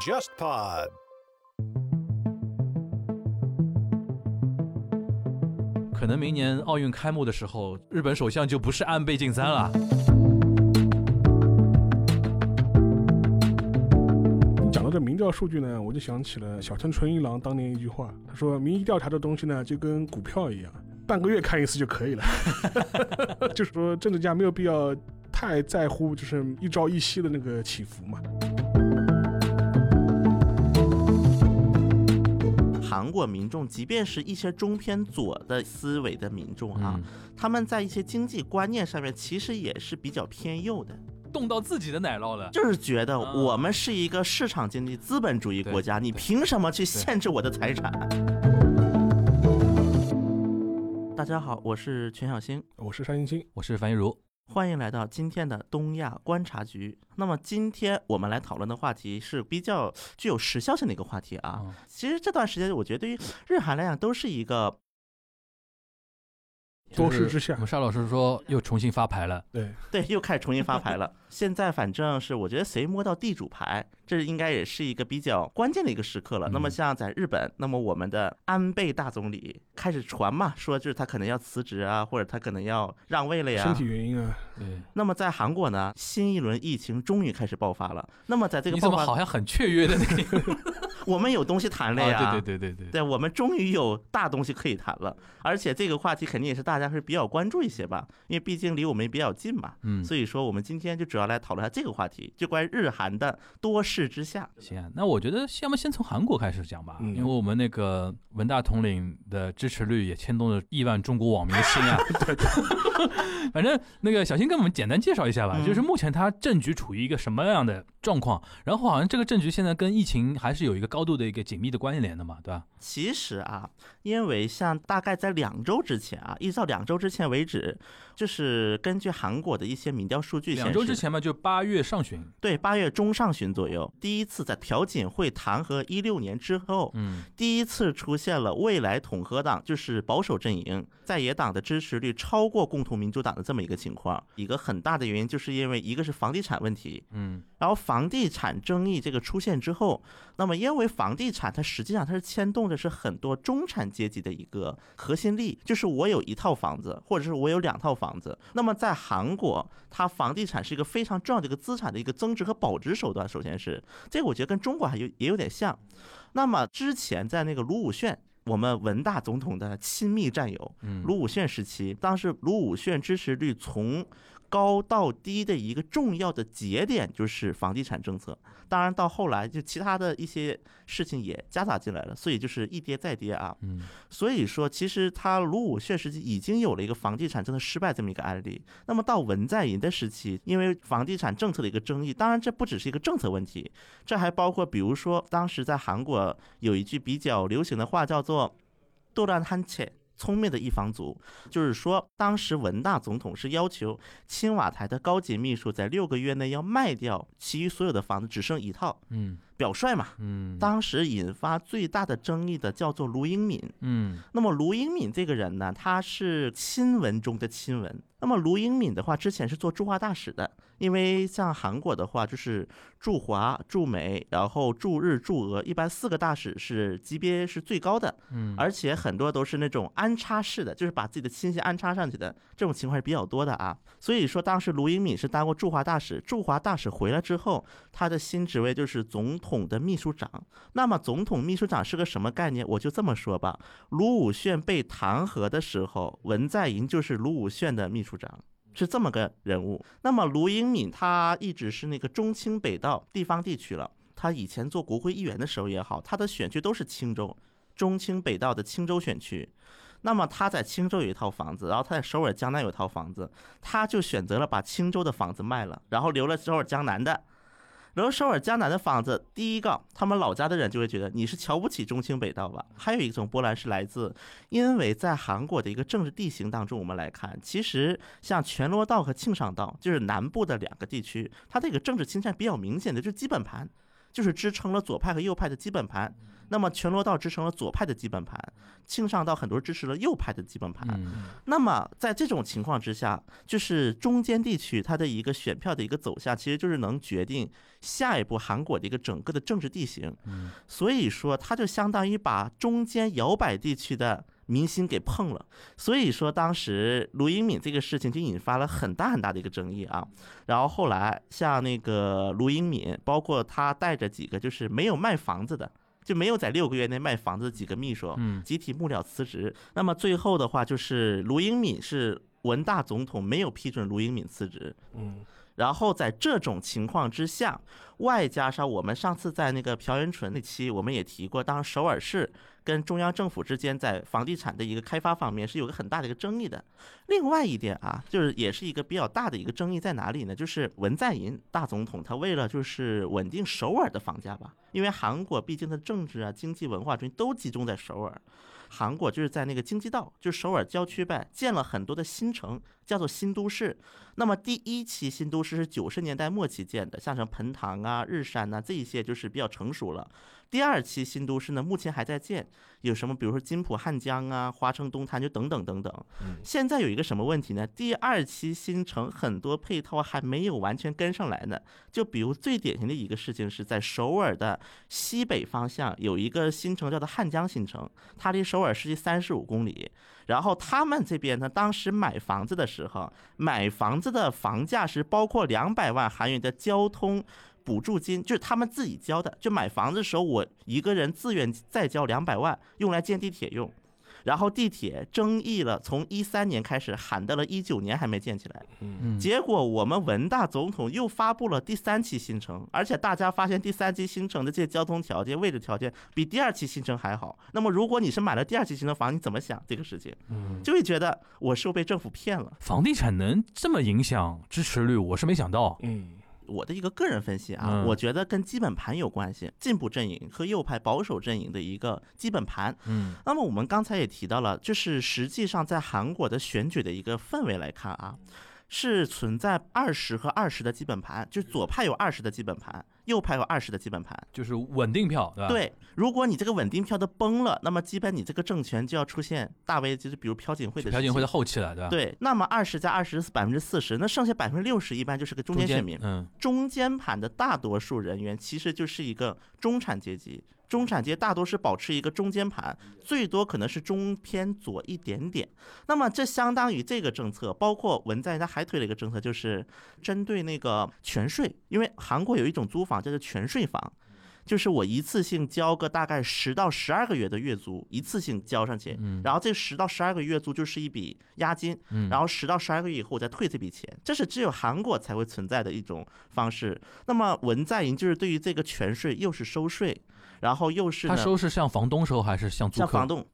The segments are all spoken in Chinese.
JustPod。可能明年奥运开幕的时候，日本首相就不是安倍晋三了。讲到这民调数据呢，我就想起了小泉纯一郎当年一句话，他说：“民意调查这东西呢，就跟股票一样，半个月看一次就可以了。” 就是说，政治家没有必要太在乎，就是一朝一夕的那个起伏嘛。韩国民众，即便是一些中偏左的思维的民众嗯啊，他们在一些经济观念上面其实也是比较偏右的，动到自己的奶酪了。就是觉得啊我们是一个市场经济资本主义国家，你凭什么去限制我的财产？大家好，我是全小星，我是沙欣欣，我是樊一茹，欢迎来到今天的东亚观察局。那么今天我们来讨论的话题是比较具有时效性的一个话题啊。嗯其实这段时间，我觉得对于日韩来讲都是一个多事就之是下我们，沙老师说又重新发牌了，对，对，又开始重新发牌了。现在反正是我觉得谁摸到地主牌，这应该也是一个比较关键的一个时刻了。那么嗯像在日本，那么我们的安倍大总理开始传嘛，说就是他可能要辞职啊，或者他可能要让位了呀。身体原因啊，对，那么在韩国呢，新一轮疫情终于开始爆发了。那么在这个你怎爆么发，好像很雀跃的那 个样子？我们有东西谈了呀。啊对对对对对，对，我们终于有大东西可以谈了，而且这个话题肯定也是大家是比较关注一些吧，因为毕竟离我们也比较近嘛。嗯，所以说，我们今天就主要来讨论下这个话题，就关于日韩的多事之下。行啊，那我觉得要么先从韩国开始讲吧，嗯因为我们那个文大统领的支持率也牵动了亿万中国网民的心啊。 反正那个小新跟我们简单介绍一下吧，嗯就是目前他政局处于一个什么样的状况，然后好像这个政局现在跟疫情还是有一个高度的一个紧密的关联的嘛，对吧？其实啊，因为像大概在两周之前啊，一直到两周之前为止，就是根据韩国的一些民调数据显两示，周之前嘛，就八月上旬，对八月中上旬左右，第一次在朴槿惠弹劾一六年之后，嗯，第一次出现了未来统合党，就是保守阵营在野党的支持率超过共同民主党的这么一个情况。一个很大的原因就是因为一个是房地产问题，嗯，然后房地产争议这个出现之后，那么因为房地产它实际上它是牵动的是很多中产阶级的一个核心利益，就是我有一套房子，或者是我有两套房子。那么在韩国，它房地产是一个非常重要的一个资产的一个增值和保值手段。首先是这个，我觉得跟中国还有也有点像。那么之前在那个卢武铉。我们文大总统的亲密战友嗯卢武铉时期，当时卢武铉支持率从高到低的一个重要的节点就是房地产政策。当然，到后来就其他的一些事情也夹杂进来了，所以就是一跌再跌啊。嗯，所以说，其实他卢武铉时期已经有了一个房地产政策失败这么一个案例。那么到文在寅的时期，因为房地产政策的一个争议，当然这不只是一个政策问题，这还包括比如说当时在韩国有一句比较流行的话叫做“杜兰汉切”。聪明的一方族，就是说，当时文大总统是要求青瓦台的高级秘书在六个月内要卖掉其余所有的房子，只剩一套，嗯，表率嘛。嗯，当时引发最大的争议的叫做卢英敏，嗯，那么卢英敏这个人呢，他是亲文中的亲文。那么卢英敏的话，之前是做驻华大使的，因为像韩国的话，就是驻华、驻美，然后驻日、驻俄，一般四个大使是级别是最高的，嗯，而且很多都是那种安插式的，就是把自己的亲戚安插上去的，这种情况是比较多的啊。所以说，当时卢英敏是当过驻华大使，驻华大使回来之后，他的新职位就是总统的秘书长。那么，总统秘书长是个什么概念？我就这么说吧，卢武铉被弹劾的时候，文在寅就是卢武铉的秘书长，是这么个人物。那么卢英敏他一直是那个中清北道地方地区了，他以前做国会议员的时候也好，他的选区都是青州，中清北道的青州选区。那么他在青州有一套房子，然后他在首尔江南有一套房子，他就选择了把青州的房子卖了，然后留了首尔江南的。然后首尔江南的房子，第一个，他们老家的人就会觉得你是瞧不起中清北道吧？还有一种波澜是来自，因为在韩国的一个政治地形当中，我们来看，其实像全罗道和庆尚道，就是南部的两个地区，它这个政治倾向比较明显的，就是基本盘。就是支撑了左派和右派的基本盘。那么全罗道支撑了左派的基本盘，庆尚道很多支持了右派的基本盘。嗯那么在这种情况之下，就是中间地区它的一个选票的一个走向，其实就是能决定下一步韩国的一个整个的政治地形。嗯所以说，它就相当于把中间摇摆地区的民心给碰了。所以说，当时卢英敏这个事情就引发了很大很大的一个争议啊。然后后来，像那个卢英敏，包括他带着几个就是没有卖房子的，就没有在六个月内卖房子的几个秘书，嗯集体幕僚辞职。那么最后的话，就是卢英敏是文大总统没有批准卢英敏辞职。嗯，然后在这种情况之下，外加上我们上次在那个朴元淳那期，我们也提过，当时首尔市跟中央政府之间在房地产的一个开发方面是有个很大的一个争议的。另外一点啊，就是也是一个比较大的一个争议在哪里呢？就是文在寅大总统他为了就是稳定首尔的房价吧，因为韩国毕竟它政治啊、经济、文化中心都集中在首尔。韩国就是在那个京畿道，就是首尔郊区呗，建了很多的新城，叫做新都市。那么第一期新都市是九十年代末期建的，像什么盆塘啊、日山呐、这一些就是比较成熟了。第二期新都市呢，目前还在建，有什么比如说金浦汉江啊、华城东滩就等等等等。现在有一个什么问题呢？第二期新城很多配套还没有完全跟上来呢。就比如最典型的一个事情是在首尔的西北方向有一个新城叫做汉江新城，它离首尔市区三十五公里。然后他们这边呢，当时买房子的时候，买房子的房价是包括两百万韩元的交通补助金，就是他们自己交的。就买房子的时候，我一个人自愿再交两百万，用来建地铁用。然后地铁争议了，从一三年开始喊到了一九年还没建起来。嗯，结果我们文大总统又发布了第三期新城，而且大家发现第三期新城的这些交通条件、位置条件比第二期新城还好。那么如果你是买了第二期新城房，你怎么想这个事情？嗯就会觉得我是不是被政府骗了。房地产能这么影响支持率，我是没想到。嗯，我的一个个人分析啊嗯，我觉得跟基本盘有关系，进步阵营和右派保守阵营的一个基本盘。嗯那么我们刚才也提到了，就是实际上在韩国的选举的一个氛围来看啊，是存在二十和二十的基本盘，就是左派有二十的基本盘，右派有二十的基本盘。就是稳定票，对吧？，对，如果你这个稳定票都崩了，那么基本你这个政权就要出现大危机，就是比如朴槿惠的朴槿事惠情的啊后期了，对吧？，对，那么二十加二十是百分之四十，那剩下百分之六十一般就是个中中间间选民。嗯中间盘的大多数人员其实就是一个中产阶级，中产阶级大多是保持一个中间盘，最多可能是中偏左一点点。那么这相当于这个政策，包括文在寅他还推了一个政策，就是针对那个全税，因为韩国有一种租房叫做全税房。就是我一次性交个大概十到十二个月的月租，一次性交上去，嗯然后这十到十二个月租就是一笔押金，嗯，然后后十到十二个月以后我再退这笔钱，这是只有韩国才会存在的一种方式。那么文在寅就是对于这个全税又是收税，然后又是他呢收是向房东收还是向租像客？嗯房东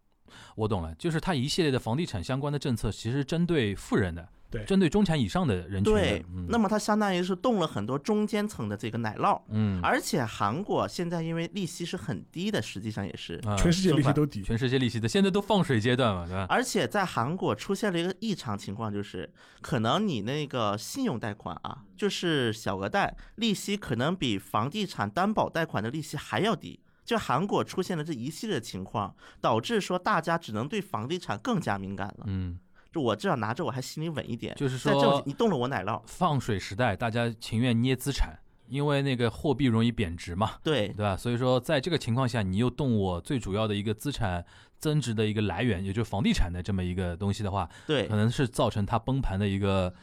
我懂了，就是他一系列的房地产相关的政策，其实针对富人的，对针对中产以上的人群的。对，嗯、那么他相当于是动了很多中间层的这个奶酪。嗯，而且韩国现在因为利息是很低的，实际上也是，啊全世界利息都低，全世界利息的，现在都放水阶段嘛，对吧？而且在韩国出现了一个异常情况，就是可能你那个信用贷款啊，就是小额贷，利息可能比房地产担保贷款的利息还要低。就韩国出现了这一系列情况，导致说大家只能对房地产更加敏感了。嗯，就我至少拿着我还心里稳一点。就是在这说你动了我奶酪，放水时代，大家情愿捏资产，因为那个货币容易贬值嘛，对对吧？所以说，在这个情况下，你又动我最主要的一个资产增值的一个来源，也就是房地产的这么一个东西的话，对可，能是造成它崩盘的一个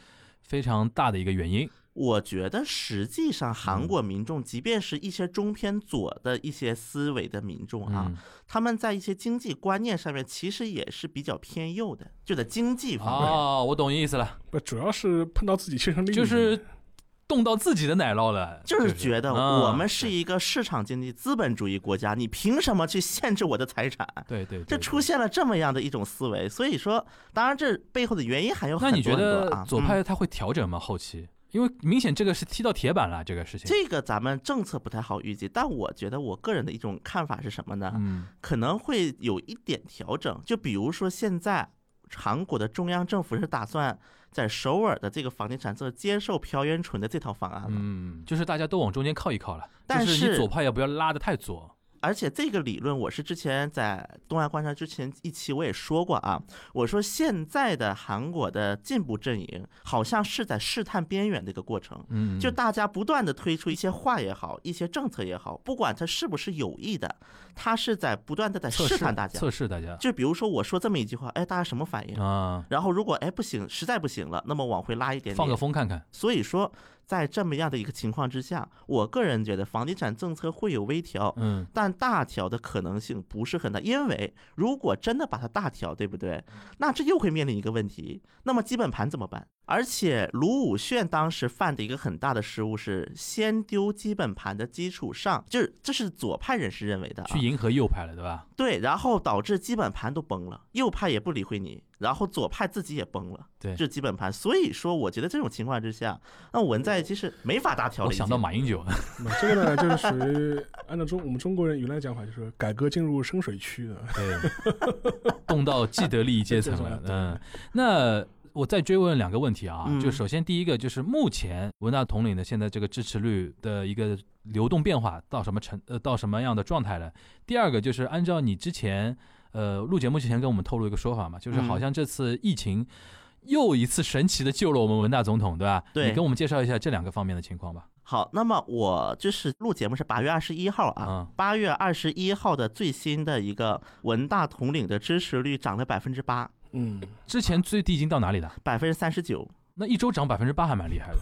非常大的一个原因。我觉得实际上嗯韩国民众，即便是一些中偏左的一些思维的民众啊，嗯，他们在一些经济观念上面其实也是比较偏右的，就在经济方面。哦，我懂意思了，不主要是碰到自己亲身利益，就是动到自己的奶酪了，啊就是觉得嗯我们是一一个市场经济资本主义国家，你凭什么去限制我的财产？对对，对这出。现了这么样的一种思维，所以说，当然这背后的原因还有那很你多觉很多得啊。左嗯派他会调整吗？后期，因为明显这个是踢到铁板了，这个事情。嗯这个咱们政策不太好预计，但我觉得我个人的一种看法是什么呢？嗯可能会有一点调整，就比如说现在韩国的中央政府是打算在首尔的这个房地产这接受朴元淳的这套方案了。嗯，就是大家都往中间靠一靠了，但就是你左派也不要拉得太左，而且这个理论，我是之前在东亚观察之前一期我也说过啊，我说现在的韩国的进步阵营好像是在试探边缘的一个过程，嗯，就大家不断的推出一些话也好，一些政策也好，不管它是不是有意的，它是在不断的在测试试探大家。测试大家就比如说我说这么一句话，哎，大家什么反应？啊，然后如果哎不行，实在不行了，那么往回拉一点点，放个风看看，所以说，在这么样的一个情况之下，我个人觉得房地产政策会有微调，嗯，但大调的可能性不是很大，因为如果真的把它大调，对不对？嗯那这又会面临一个问题，那么基本盘怎么办？而且卢武铉当时犯的一个很大的失误是，先丢基本盘的基础上，就是这是左派人士认为的、啊，去迎合右派了，对吧？对，然后导致基本盘都崩了，右派也不理会你，然后左派自己也崩了，对这基本盘。所以说，我觉得这种情况之下，那文在其实没法大调我理。想到马英九，那这个呢，就是属于按照中我们中国人原来讲法，就是改革进入深水区的。。对，动到既得利益阶层了对嗯，那我再追问两个问题啊，嗯就首先第一个就是目前文大统领的现在这个支持率的一个流动变化到什么程呃到什么样的状态了？第二个就是按照你之前呃录节目之前跟我们透露一个说法嘛，就是嗯好像这次疫情。又一次神奇的救了我们文大总统，对吧？对你给我们介绍一下这两个方面的情况吧。好，那么我就是录节目是八月二十一号啊嗯，八、月二十一号的最新的一个文大统领的支持率涨了百分之八，嗯，之前最低已经到哪里了？百分之三十九。那一周涨百分之八还蛮厉害的。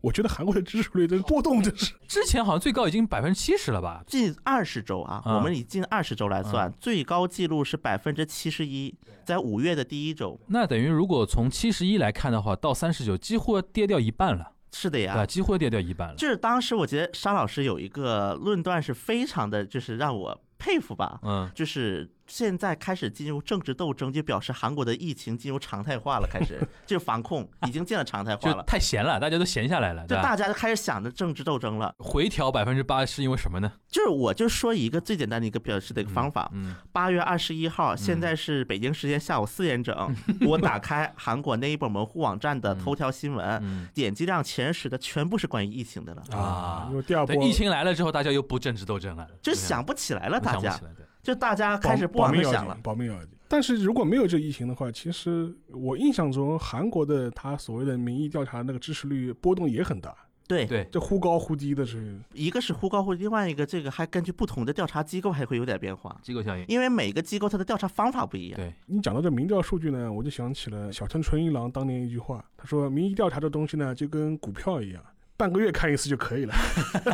我觉得韩国的支持率这个波动真是之前好像最高已经百分之七十了吧？近二十周啊，嗯我们以近二十周来算，最高记录是百分之七十一，在五月的第一周。那等于如果从七十一来看的话，到三十九几乎要跌掉一半了，是的呀，对吧？几乎要跌掉一半了。就是当时我觉得沙老师有一个论断是非常的，就是让我佩服吧。嗯，就是现在开始进入政治斗争，就表示韩国的疫情进入常态化了，开 始就是防控已经进了常态化就了，太闲了，大家都闲下来了，就对吧？大家都开始想着政治斗争了。回调百分之八是因为什么呢？就是我就说一个最简单的一个表示的一个方啊法，嗯，八月二十一号，现在是北京时间下午四 点整，我打开韩国那一本门户网站的头条新呃嗯闻嗯，点击量前十的全部是关于疫情的了，啊因为第二对，波疫情来了之后，大家又不政治斗争了，就想不起来了，我大想不家起来，对，就大家保开始不保往命那要想紧了，。保命要紧。但是如果没有这疫情的话，其实我印象中韩国的他所谓的民意调查那个支持率波动也很大，对对这忽高忽低的是。一个是忽高忽低，另外一个这个还根据不同的调查机构还会有点变化，机构效应，哎因为每个机构它的调查方法不一样。对，你讲到这民调数据呢，我就想起了小村纯一郎当年一句话，他说民意调查这东西呢就跟股票一样，半个月看一次就可以了。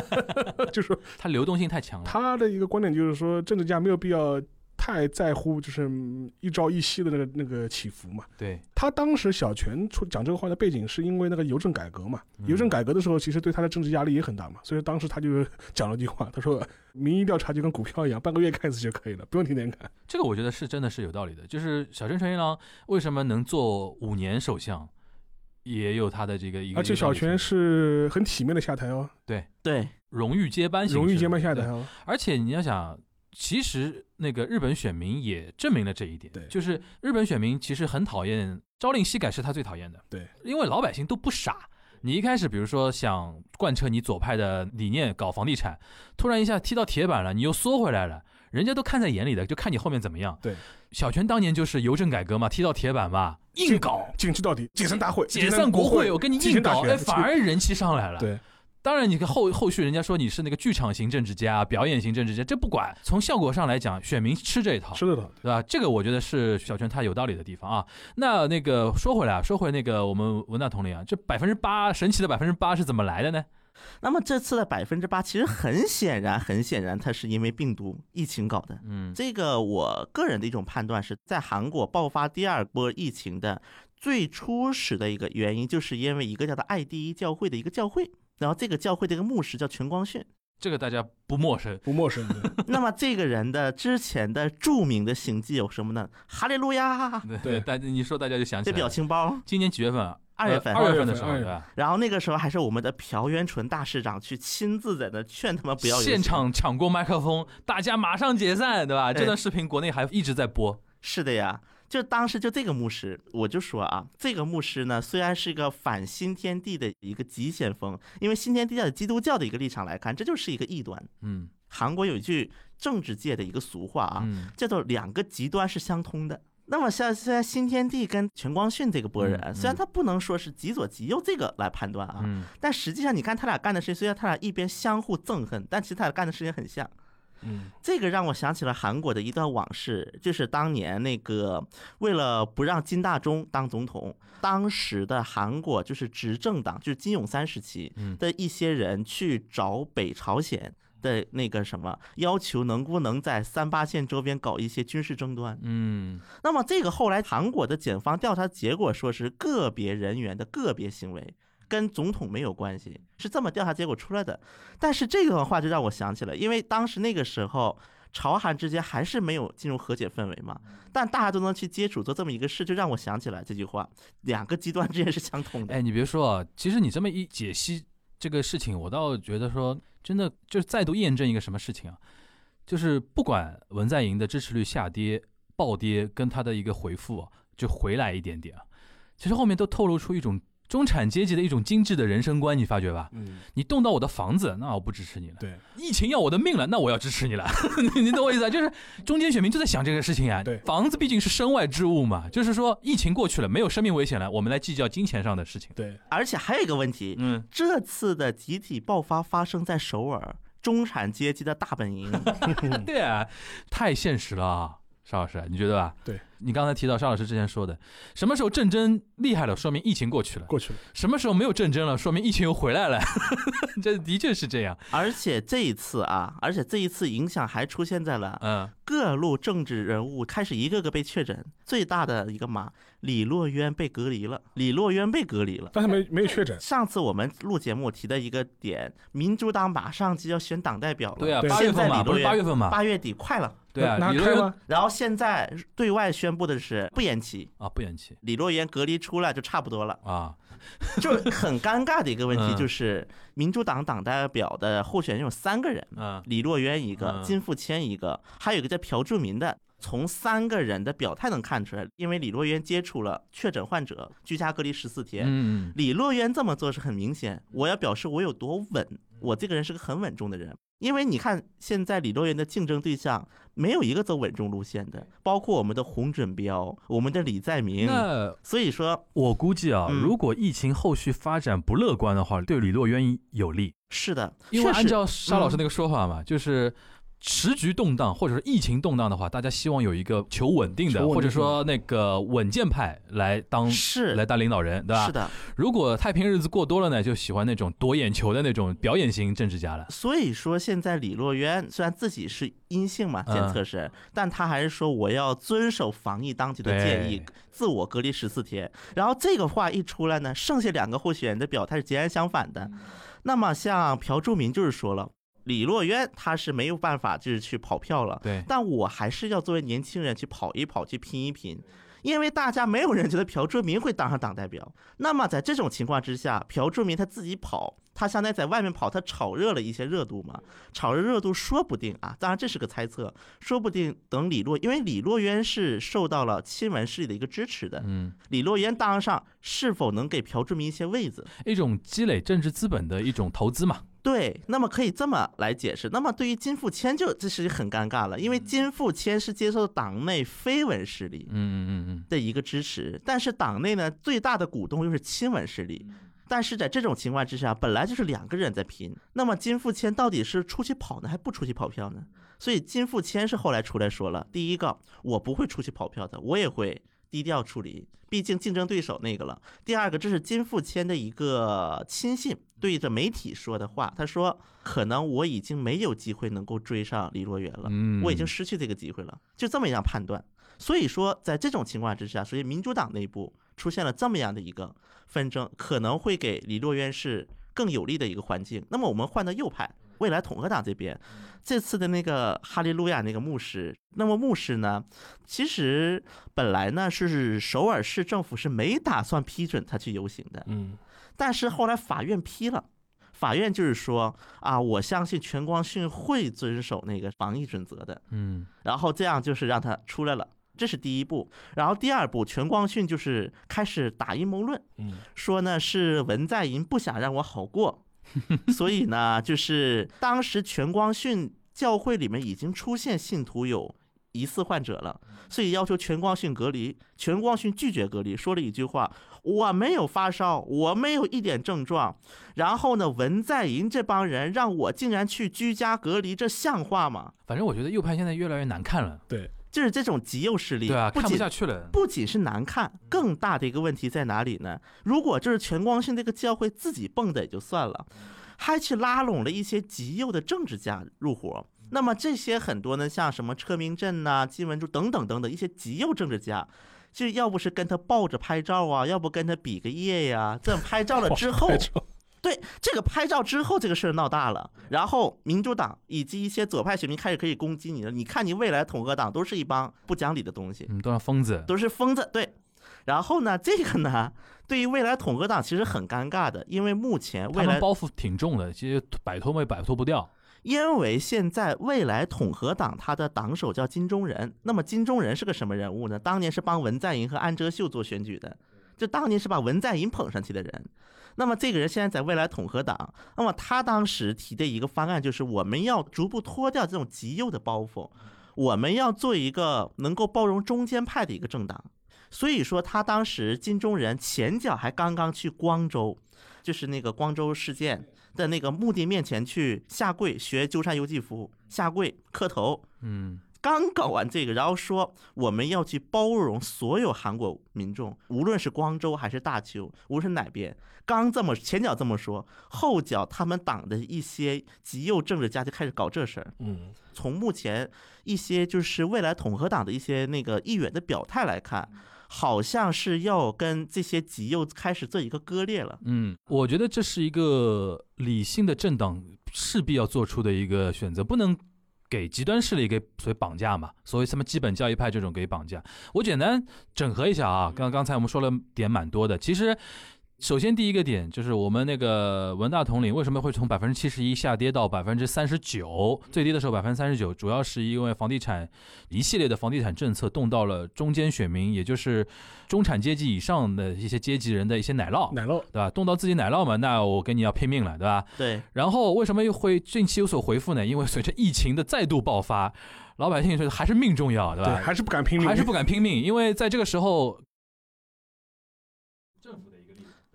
就说它流动性太强了，他的一个观点就是说，政治家没有必要太在乎就是嗯一朝一夕的那个那个起伏嘛。对，他当时小泉出讲这个话的背景，是因为那个邮政改革嘛。嗯邮政改革的时候，其实对他的政治压力也很大嘛，所以当时他就讲了句话，他说：“ 民意调查就跟股票一样，半个月看一次就可以了，不用天嗯天看。这个我觉得是真的是有道理的。就是小泉纯一郎为什么能做五年首相，也有他的这个一”个，而且小泉是很体面的下台哦，对，荣誉接班形式，荣誉接班下对台哦。而且你要想，其实那个日本选民也证明了这一点，对就是日本选民其实很讨厌朝令夕改，是他最讨厌的，对，因为老百姓都不傻。你一开始，比如说想贯彻你左派的理念，搞房地产，突然一下踢到铁板了，你又缩回来了，人家都看在眼里的，就看你后面怎么样。对，小泉当年就是邮政改革嘛，踢到铁板嘛，硬搞，紧去到底，解散大会，解散国会，会，我跟你竞硬选大搞，选哎，反 而人气上来了。对。当然，你看后后续人家说你是那个剧场型政治家、啊表演型政治家，这不管。从效果上来讲，选民吃这一套，是的的，对吧？这个我觉得是小泉他有道理的地方啊。那那个说回来啊，说回那个我们文大统领啊，这百分之八神奇的百分之八是怎么来的呢？那么这次的百分之八，其实很显然，很显然，它是因为病毒疫情搞的。嗯这个我个人的一种判断是，在韩国爆发第二波疫情的最初始的一个原因，就是因为一个叫做爱第一教会的一个教会，然后这个教会的一个牧师叫全光训，这个大家不陌生，不陌生的。那么这个人的之前的著名的行迹有什么呢？哈利路亚，对大家你说大家就想起这来表了。情包。今年几月份啊？二月份呃二月份的时候，二月对份吧？然后那个时候还是我们的朴元淳大市长去亲自在那劝他们不要游行现场抢过麦克风，大家马上解散，对吧？对这段视频国内还一直在播。是的呀。就当时就这个牧师，我就说啊，这个牧师呢，虽然是个反新天地的一个急先锋，因为新天地教的基督教的一个立场来看，这就是一个异端。嗯韩国有一句政治界的一个俗话啊，嗯叫做两个极端是相通的。那么像现在新天地跟全光训这个波嗯嗯人，虽然他不能说是极左极右这个来判断啊，嗯但实际上你看他俩干的事情，虽然他俩一边相互憎恨，但其实他俩干的事情很像。嗯这个让我想起了韩国的一段往事，就是当年那个为了不让金大中当总统，当时的韩国就是执政党，就是金泳三时期嗯的一些人去找北朝鲜的那个什么，要求能不能在三八线周边搞一些军事争端。嗯那么这个后来韩国的检方调查结果说是个别人员的个别行为。跟总统没有关系，是这么调查结果出来的。但是这个话就让我想起了，因为当时那个时候朝韩之间还是没有进入和解氛围嘛，嗯但大家都能去接触做这么一个事，就让我想起来这句话：两个极端之间是相通的。哎，你别说啊，其实你这么一解析这个事情，我倒觉得说，真的就是再度验证一个什么事情啊，就是不管文在寅的支持率下跌、暴跌，跟他的一个回复、啊、就回来一点点啊，其实后面都透露出一种中产阶级的一种精致的人生观，你发觉吧？嗯，你动到我的房子，那我不支持你了；对疫情要我的命了，那我要支持你了。 你你懂我意思啊？就是中间选民就在想这个事情啊。对房子毕竟是身外之物嘛，就是说疫情过去了，没有生命危险了，我们来计较金钱上的事情。对，而且还有一个 问题，嗯，这次的集体爆发发生在首尔，中产阶级的大 本营。对啊，太现实了啊，邵老师，你觉得吧？对，你刚才提到邵老师之前说的，什么时候战争厉害了，说明疫情过去了；过去了，什么时候没有战争了，说明疫情又回来了。 这的确是这样，而且这一次啊，而且这一次影响还出现在了嗯，各路政治人物开始一个个被确诊，最大的一个嘛，李洛渊被隔离了，李洛渊被隔离了。但是没没有确诊，上次我们录节目提的一个点，民主党马上就要选党代表了，对啊，对八月份嘛，现在李不洛是渊八月份嘛，八月底快了。 对啊，那李那洛开渊吗？然后现在对外宣布的是不延期，啊不延期。李洛渊隔离出来就差不多了啊，就很尴尬的一个问嗯题就是，民主党党代表的候选人有三个人，嗯李洛渊一个嗯，金富谦一个，还有一个叫朴柱民的。从三个人的表态能看出来，因为李洛渊接触了确诊患者，居家隔离十四天。嗯李洛渊这么做是很明显，我要表示我有多稳，我这个人是个很稳重的人。因为你看，现在李洛渊的竞争对象没有一个走稳重路线的，包括我们的洪准标、我们的李在嗯，明。那所以说，我估计啊，嗯如果疫情后续发展不乐观的话，对李洛渊有利，是的，因为确按实嗯照沙老师那个说法嘛，就是时局动荡或者是疫情动荡的话，大家希望有一个求稳定的，求稳定或者说那个稳健派来当是来当领导人，对吧？是的，如果太平日子过多了呢，就喜欢那种夺眼球的那种表演型政治家了。所以说现在李洛渊虽然自己是阴性嘛，嗯检测是，但他还是说我要遵守防疫当局的对建议，自我隔离十四天。然后这个话一出来呢，剩下两个候选人的表态是截然相反嗯的。那么像朴柱民就是说了，李洛渊他是没有办法就是去跑票了，对，但我还是要作为年轻人去跑一跑，去拼一拼。因为大家没有人觉得朴柱民会当上党代表，那么在这种情况之下，朴柱民他自己跑，他相当于在外面跑，他炒热了一些热度嘛，炒热热度说不定啊，当然这是个猜测，说不定等李洛，因为李洛渊是受到了亲文势力的一个支持的，嗯，李洛渊当上是否能给朴柱民一些位子？一种积累政治资本的一种投资嘛。对，那么可以这么来解释。那么对于金富谦就这是很尴尬了，因为金富谦是接受党内非文势力嗯嗯嗯的一个支持，但是党内呢最大的股东又是亲文势力。但是在这种情况之下，本来就是两个人在拼，那么金富谦到底是出去跑呢，还不出去跑票呢？所以金富谦是后来出来说了，第一个我不会出去跑票的，我也会低调处理，毕竟竞争对手那个了。第二个，这是金富谦的一个亲信对着媒体说的话，他说可能我已经没有机会能够追上李若元了，嗯，我已经失去这个机会了，就这么一样判断。所以说，在这种情况之下，所以民主党内部出现了这么样的一个纷争，可能会给李洛渊是更有利的一个环境。那么我们换到右派，未来统合党这边，这次的那个哈利路亚那个牧师，那么牧师呢，其实本来呢是首尔市政府是没打算批准他去游行的，嗯，但是后来法院批了。法院就是说啊，我相信全光训会遵守那个防疫准则的，嗯然后这样就是让他出来了。这是第一步。然后第二步，全光训就是开始打阴谋论，嗯说呢是文在寅不想让我好 过，所以呢，就是当时全光训教会里面已经出现信徒有疑似患者了，所以要求全光训隔离。全光训拒绝隔离，说了一句话：“我没有发烧，我没有一点症状。”然后呢，文在寅这帮人让我竟然去居家隔离，这像话吗？反正我觉得右派现在越来越难看了，就是这种极右势力，对啊，不看不仅下去了。不仅是难看，更大的一个问题在哪里呢？如果就是全光训这个教会自己蹦的也就算了，还去拉拢了一些极右的政治家入伙。那么这些很多呢，像什么车明镇呐、金文柱等等等等一些极右政治家，就要不是跟他抱着拍照啊，要不跟他比个耶呀、这拍照了 之后拍，照对这个拍照之后，这个事儿闹大了，然后民主党以及一些左派选民开始可以攻击你了。你看你未来统合党都是一帮不讲理的东西。嗯，都让疯子。都是疯子。对，然后呢，这个呢，对于未来统合党其实很尴尬的，因为目前他未们来，包袱挺重的，其实摆脱也摆脱不掉。因为现在未来统合党它的党首叫金钟仁，那么金钟仁是个什么人物呢？当年是帮文在寅和安哲秀做选举的，就当年是把文在寅捧上去的人。那么这个人现在在未来统合党，那么他当时提的一个方案就是我们要逐步脱掉这种极右的包袱，我们要做一个能够包容中间派的一个政党。所以说，他当时金钟仁前脚还刚刚去光州，就是那个光州事件的那个墓地面前去下跪学鸠山由纪夫下跪磕头，嗯，刚搞完这个，然后说我们要去包容所有韩国民众，无论是光州还是大邱，无论是哪边。刚这么前脚这么说，后脚他们党的一些极右政治家就开始搞这事儿。嗯，从目前一些就是未来统合党的一些那个议员的表态来看，好像是要跟这些极右开始做一个割裂了。嗯，我觉得这是一个理性的政党势必要做出的一个选择，不能给极端势力给所谓绑架嘛，所谓什么基本教义派这种给绑架。我简单整合一下啊，刚刚才我们说了点蛮多的，其实。首先，第一个点就是我们那个文大统领为什么会从百分之七十一下跌到百分之三十九，最低的时候百分之三十九，主要是因为房地产一系列的房地产政策动到了中间选民，也就是中产阶级以上的一些阶级人的一些奶酪。奶酪对吧？动到自己奶酪嘛，那我跟你要拼命了，对吧？对，然后为什么又会近期有所回复呢？因为随着疫情的再度爆发，老百姓说还是命重要，对对，吧？还是不敢拼命，还是不敢拼命，因为在这个时候，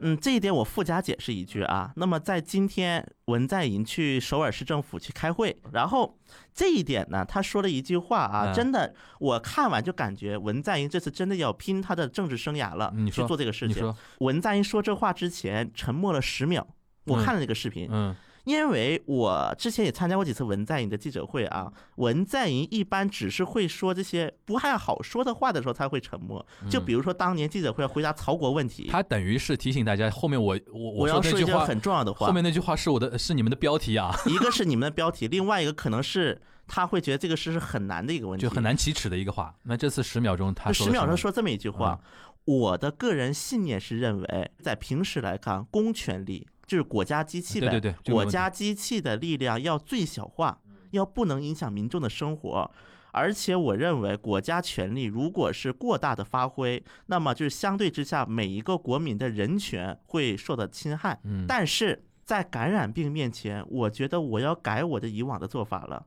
嗯，这一点我附加解释一句啊。那么在今天，文在寅去首尔市政府去开会，然后这一点呢，他说了一句话啊，嗯真的，我看完就感觉文在寅这次真的要拼他的政治生涯了，嗯你去说做这个事你情。说，文在寅说这话之前沉默了十秒，我嗯看了这个视频，嗯因为我之前也参加过几次文在寅的记者会啊，文在寅一般只是会说这些不太好说的话的时候，他会沉默。就比如说当年记者会回答曹国问题，嗯他等于是提醒大家，后面我我我要说说那一句句话，很重要的话，后面那句话是我的是你们的标题啊，一个是你们的标题，另外一个可能是他会觉得这个事是很难的一个问题，就很。难启齿的一个话。那这次十秒钟他就说十了秒什钟么说这么一句啊话，我的个人信念是认为，在平时来看，公权力就是国家机器呗，啊对对对这个没国问题家机器的力量要最小化，要不能影响民众的生活。而且我认为，国家权力如果是过大的发挥，那么就是相对之下，每一个国民的人权会受到侵害。嗯，但是在感染病面前，我觉得我要改我的以往的做法了。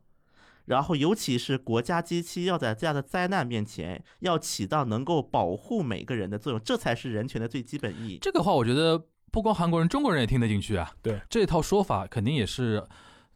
然后，尤其是国家机器要在这样的灾难面前，要起到能够保护每个人的作用，这才是人权的最基本意义。这个话，我觉得不光韩国人，中国人也听得进去啊。对，这套说法肯定也是，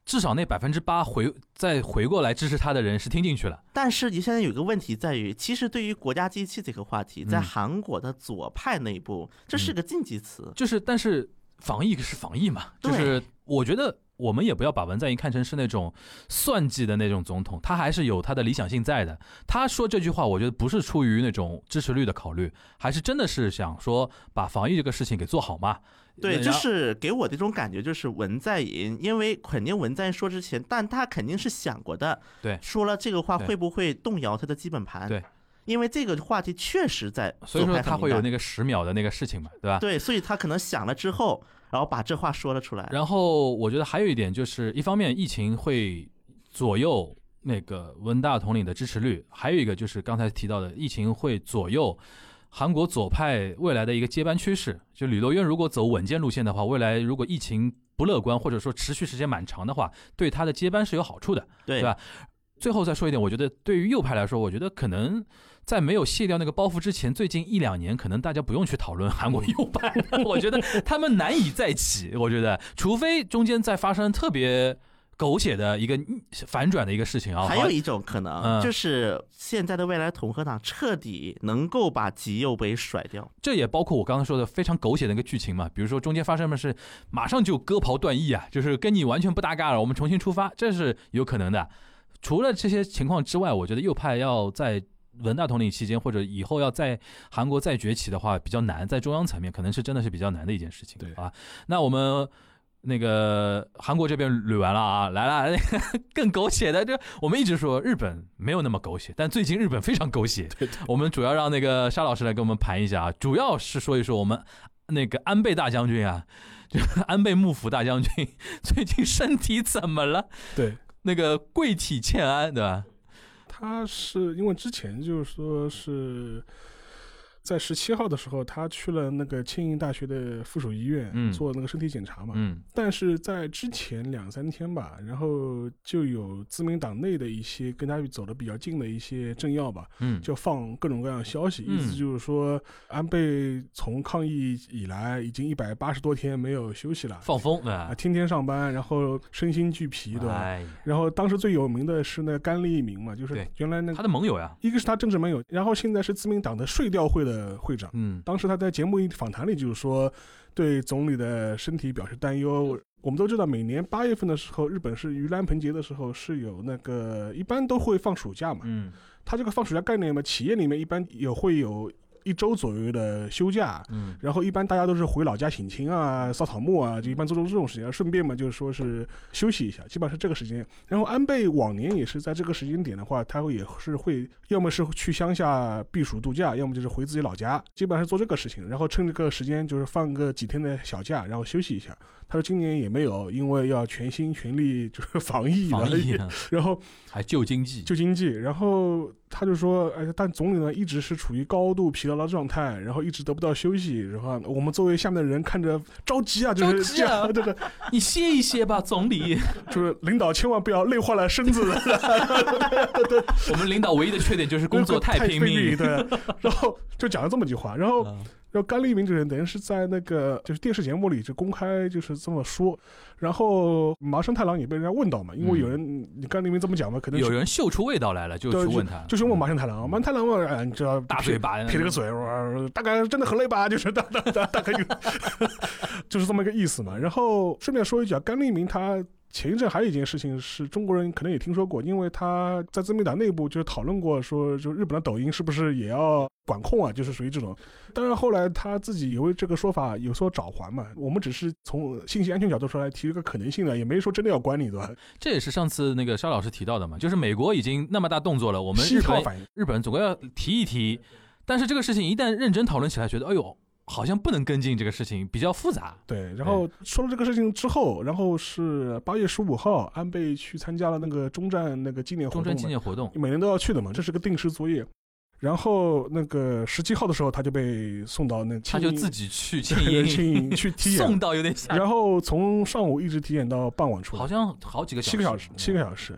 至少那百分之八回再回过来支持他的人是听进去了。但是你现在有一个问题在于，其实对于国家机器这个话题，在嗯韩国的左派内部，这是个禁忌词。就是，但是防疫是防疫嘛，对就是我觉得我们也不要把文在寅看成是那种算计的那种总统，他还是有他的理想性在的。他说这句话，我觉得不是出于那种支持率的考虑，还是真的是想说把防疫这个事情给做好嘛。对，然就。是给我的一种感觉，就是文在寅，因为肯定文在寅说之前，但他肯定是想过的。对说了这个话对会不会动摇他的基本盘？对，因为这个话题确实在所以左说派他很会敏有感那个十秒的那个事情嘛，对吧？对，所以他可能想了之后，然后把这话说了出来。然后我觉得还有一点就是，一方面疫情会左右那个文大统领的支持率，还有一个就是刚才提到的疫情会左右韩国左派未来的一个接班趋势。就吕乐渊如果走稳健路线的话，未来如果疫情不乐观或者说持续时间蛮长的话，对他的接班是有好处的。对对吧最后再说一点，我觉得对于右派来说，我觉得可能在没有卸掉那个包袱之前，最近一两年，可能大家不用去讨论嗯韩国右派了。我觉得他们难以再起，我觉得除非中间再发生特别狗血的一个反转的一个事情啊。还有一种可能嗯就是现在的未来统合党彻底能够把极右给甩掉，这也包括我刚刚说的非常狗血的一个剧情嘛，比如说中间发生的是马上就割袍断义啊，就是跟你完全不搭嘎了，我们重新出发，这是有可能的。除了这些情况之外，我觉得右派要在文大统领期间或者以后要在韩国再崛起的话，比较难，在中央层面可能是真的是比较难的一件事情。对啊，那我们。那个韩国这边捋完了啊， 来了更狗血的，这我们一直说日本没有那么狗血，但最近日本非常狗血， 对对我们主要让那个沙老师来给我们盘一下啊，主要是说一说我们那个安倍大将军啊，就 安倍幕府大将军 最近身体怎么了？对，那个贵体欠安，对吧？他是因为之前就是说是在十七号的时候，他去了那个庆应大学的附属医院、嗯做那个身体检查嘛。嗯但是在之前两三天吧，然后就有自民党内的一些跟他走的比较近的一些政要吧，嗯，就放各种各样的消息，嗯意思就是说安倍从抗疫以来已经一百八十多天没有休息了，放风对啊、吧？天天上班，然后身心俱疲，对吧？哎呀，然后当时最有名的是那个甘利明嘛，就是对原来那他个的盟友呀，一个是他政治盟友，然后现在是自民党的税调会的会长。 嗯当时他在节目访谈里就是说，对总理的身体表示担忧。我们都知道，每年八月份的时候，日本是盂兰盆节的时候是有那个，一般都会放暑假嘛。嗯他这个放暑假概念嘛，企业里面一般有会有一周左右的休假，嗯 然后一般大家都是回老家省亲啊、扫草木啊，就一般做做这种事情，顺便嘛就是说是休息一下，基本上是这个时间。然后安倍往年也是在这个时间点的话，他会也是会要么是去乡下避暑度假，要么就是回自己老家，基本上是做这个事情。然后趁这个时间就是放个几天的小假，然后休息一下。他说今年也没有，因为要全心全力就是防疫防了，疫啊 然后还救经济，救经济。然后他就说，哎，但总理呢一直是处于高度疲劳的状态，然后一直得不到休息。然后我们作为下面的人看着着急啊，就是着急这啊样，对 对，你歇一歇吧，总理。就是领导千万不要累坏了身 子，我们领导唯一的缺点就是工作太拼力，命。对。 然后就讲了这么句话，然后 嗯然后甘利明这个人等于是在那个就是电视节目里就公开就是这么说，然后麻生太郎也被人家问到嘛，因为有人、你甘利明这么讲嘛，可能嗯有人嗅出味道来了，就对去问他，嗯就是问麻生太郎，麻生太郎嘛，哎，你知道大嘴巴，撇了个嘴，我大概真的很累吧，就是大大大大概就 就是这么一个意思嘛。然后顺便说一句啊，甘利明他。前一阵还有一件事情是中国人可能也听说过，因为他在自民党内部就是讨论过，说就日本的抖音是不是也要管控啊，就是属于这种。当然后来他自己也为这个说法有所找还嘛。我们只是从信息安全角度出来提一个可能性的，也没说真的要管你，对吧？这也是上次那个沙老师提到的嘛，就是美国已经那么大动作了，我我们日本反应，日本总归要提一提。但是这个事情一旦认真讨论起来，觉得哎呦，好像不能跟进这个事情，比较复杂。对，然后说了这个事情之后，然后是八月十五号，安倍去参加了那个中战那个纪念活中动嘛，专纪念活动，每年都要去的嘛，这是个定时作业。然后那个十七号的时候，他就被送到那他庆就应自己去庆 对 应，庆应去体送检，到有点吓人，然后从上午一直体检到傍晚出来好，像好几个七个小时时，，七个小时。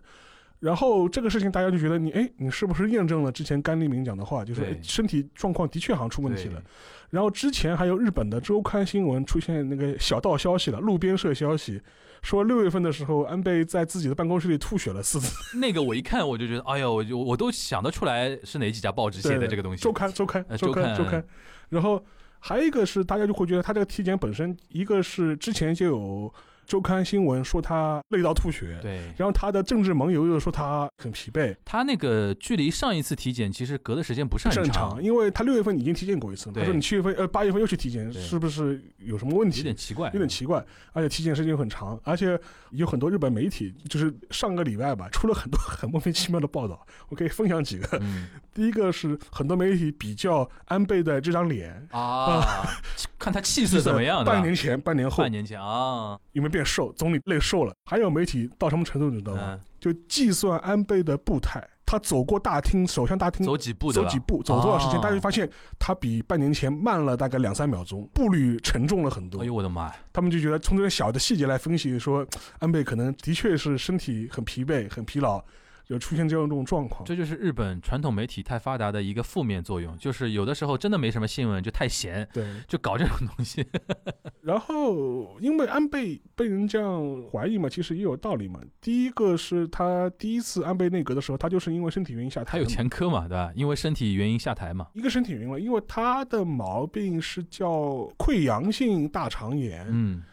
然后这个事情大家就觉得你哎，你是不是验证了之前甘利明讲的话，就是对哎身体状况的确好像出问题对了。然后之前还有日本的周刊新闻出现那个小道消息了，路边社消息说六月份的时候，安倍在自己的办公室里吐血了四次。那个我一看我就觉得，哎呦，我就我都想得出来是哪几家报纸 写的这个东西周。刊周刊呃周刊周周刊刊。然后还有一个是大家就会觉得他这个体检本身，一个是之前就有周刊新闻说他累到吐血，对然后他的政治盟友又说他很疲惫，他那个距离上一次体检其实隔的时间不是正很常，，因为他六月份已经体检过一次了嘛，对他说你七月份呃八月份又去体检，对是不是有什么问有题点？奇怪，有点奇怪，而且体检时间又很长，而且有很多日 本媒体，就是上个礼拜吧，出了很多 很莫名其妙的报道，我可以分享几个。嗯，第一个是很多媒体比较安倍的这张脸，啊， 看他气势怎么样，对吧半年前、半年后半年前啊，有没有变瘦，总理累瘦了。还有媒体到什么程度，你知道吗？嗯，就计算安倍的步态，他走过大厅，首相大厅走几步对嗯走吧？几步，走多少时间，哦大家就发现他比半年前慢了大概两三秒钟，步履沉重了很多哎。呦我的妈呀！他们就觉得从这些小的细节来分析，说安倍可能的确是身体很疲惫、很疲劳，有出现这样一种状况。这就是日本传统媒体太发达的一个负面作用，就是有的时候真的没什么新闻，就太闲，对，就搞这种东 西。然后因为安倍被人这样怀疑嘛，其实也有道理嘛。第一个是他第一次安倍内阁的时候，他就是因为身体原因下台他有的嘛，前科嘛，对吧？因为身体原因下台嘛。一个身体原因了，因为他的毛病是叫溃疡性大肠炎，嗯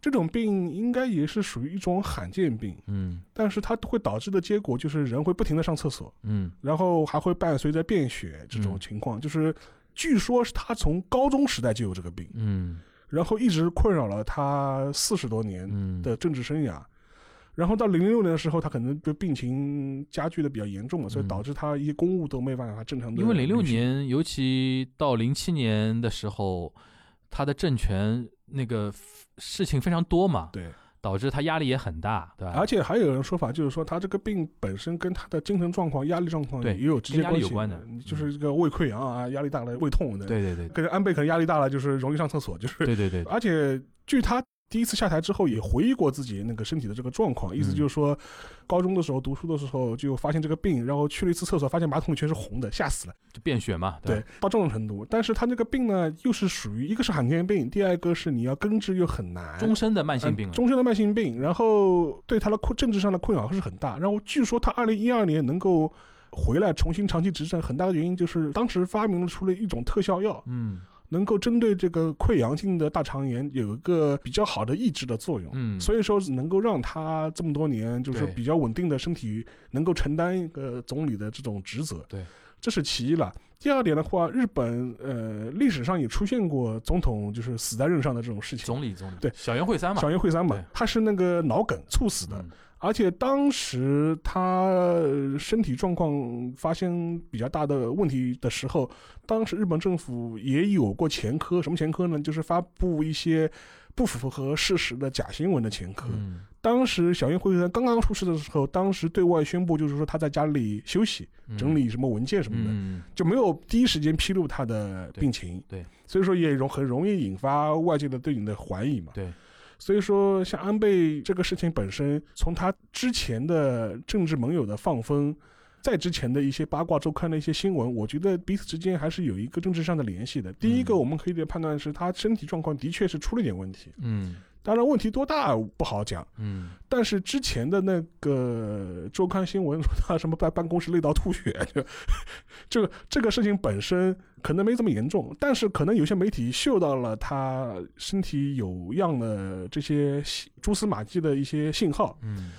这种病应该也是属于一种罕见病，嗯但是它会导致的结果就是人会不停的上厕所，嗯，然后还会伴随着便血这种嗯情况，就是。据说是他从高中时代就有这个病，嗯然后一直困扰了他四十多年，嗯，的政治生涯。然后到零六年的时候，他可能就病情加剧的比较严重嘛，所以嗯导致他一些公务都没办法正常的。因为零六，年，尤其到零七年的时候，他的政权那个 f- 事情非常多嘛，对，导致他压力也很大，对吧？而且还有人说法就是说，他这个病本身跟他的精神状况、压力状况对也有直接跟压力有系关的嗯就是这个胃溃疡啊，压力大了胃痛的。，对对对可能安倍可能压力大了，就是容易上厕所，就是。对对对，而且据他第一次下台之后也回忆过自己那个身体的这个状况，意思嗯就是说，高中的时候读书的时候就发现这个病，然后去了一次厕所，发现马桶里全是红的，吓死了。就便血嘛，对吧？，到这种程度。但是他那个病呢，又是属于一个是罕见病，第二个是你要根治又很难，终身的慢性病嗯了。终身的慢性病，然后对他的困政治上的困扰是很大。然后据说他二零一二年能够回来重新长期执政，很大的原因就是当时发明了出了一种特效药，嗯能够针对这个溃疡性的大肠炎有一个比较好的抑制的作用。嗯，所以说能够让他这么多年就是对比较稳定的身体，能够承担一个总理的这种职责。对，这是其一了。第二点的话，日本呃历史上也出现过总统就是死在任上的这种事情。总理总理对小圆会三嘛，小渊惠三嘛对，他是那个脑梗猝死的，嗯而且当时他呃身体状况发生比较大的问题的时候，当时日本政府也有过前科，什么前科呢？就是发布一些不符合事实的假新闻的前科。嗯当时小渊惠三刚刚出事的时候，当时对外宣布就是说他在家里休息，嗯整理什么文件什么的，嗯就没有第一时间披露他的病情。对对所以说也容很容易引发外界的对你的怀疑嘛。对，所以说像安倍这个事情本身，从他之前的政治盟友的放风。在之前的一些八卦周刊的一些新闻，我觉得彼此之间还是有一个政治上的联系的。第一个，嗯我们可以判断是他身体状况的确是出了点问题，嗯当然问题多大不好讲。嗯，但是之前的那个周刊新闻说 他什么在办公室累到吐血， 就这个这个事情本身可能没这么严重，但是可能有些媒体嗅到了他身体有恙的这些信蛛丝马迹的一些信号。嗯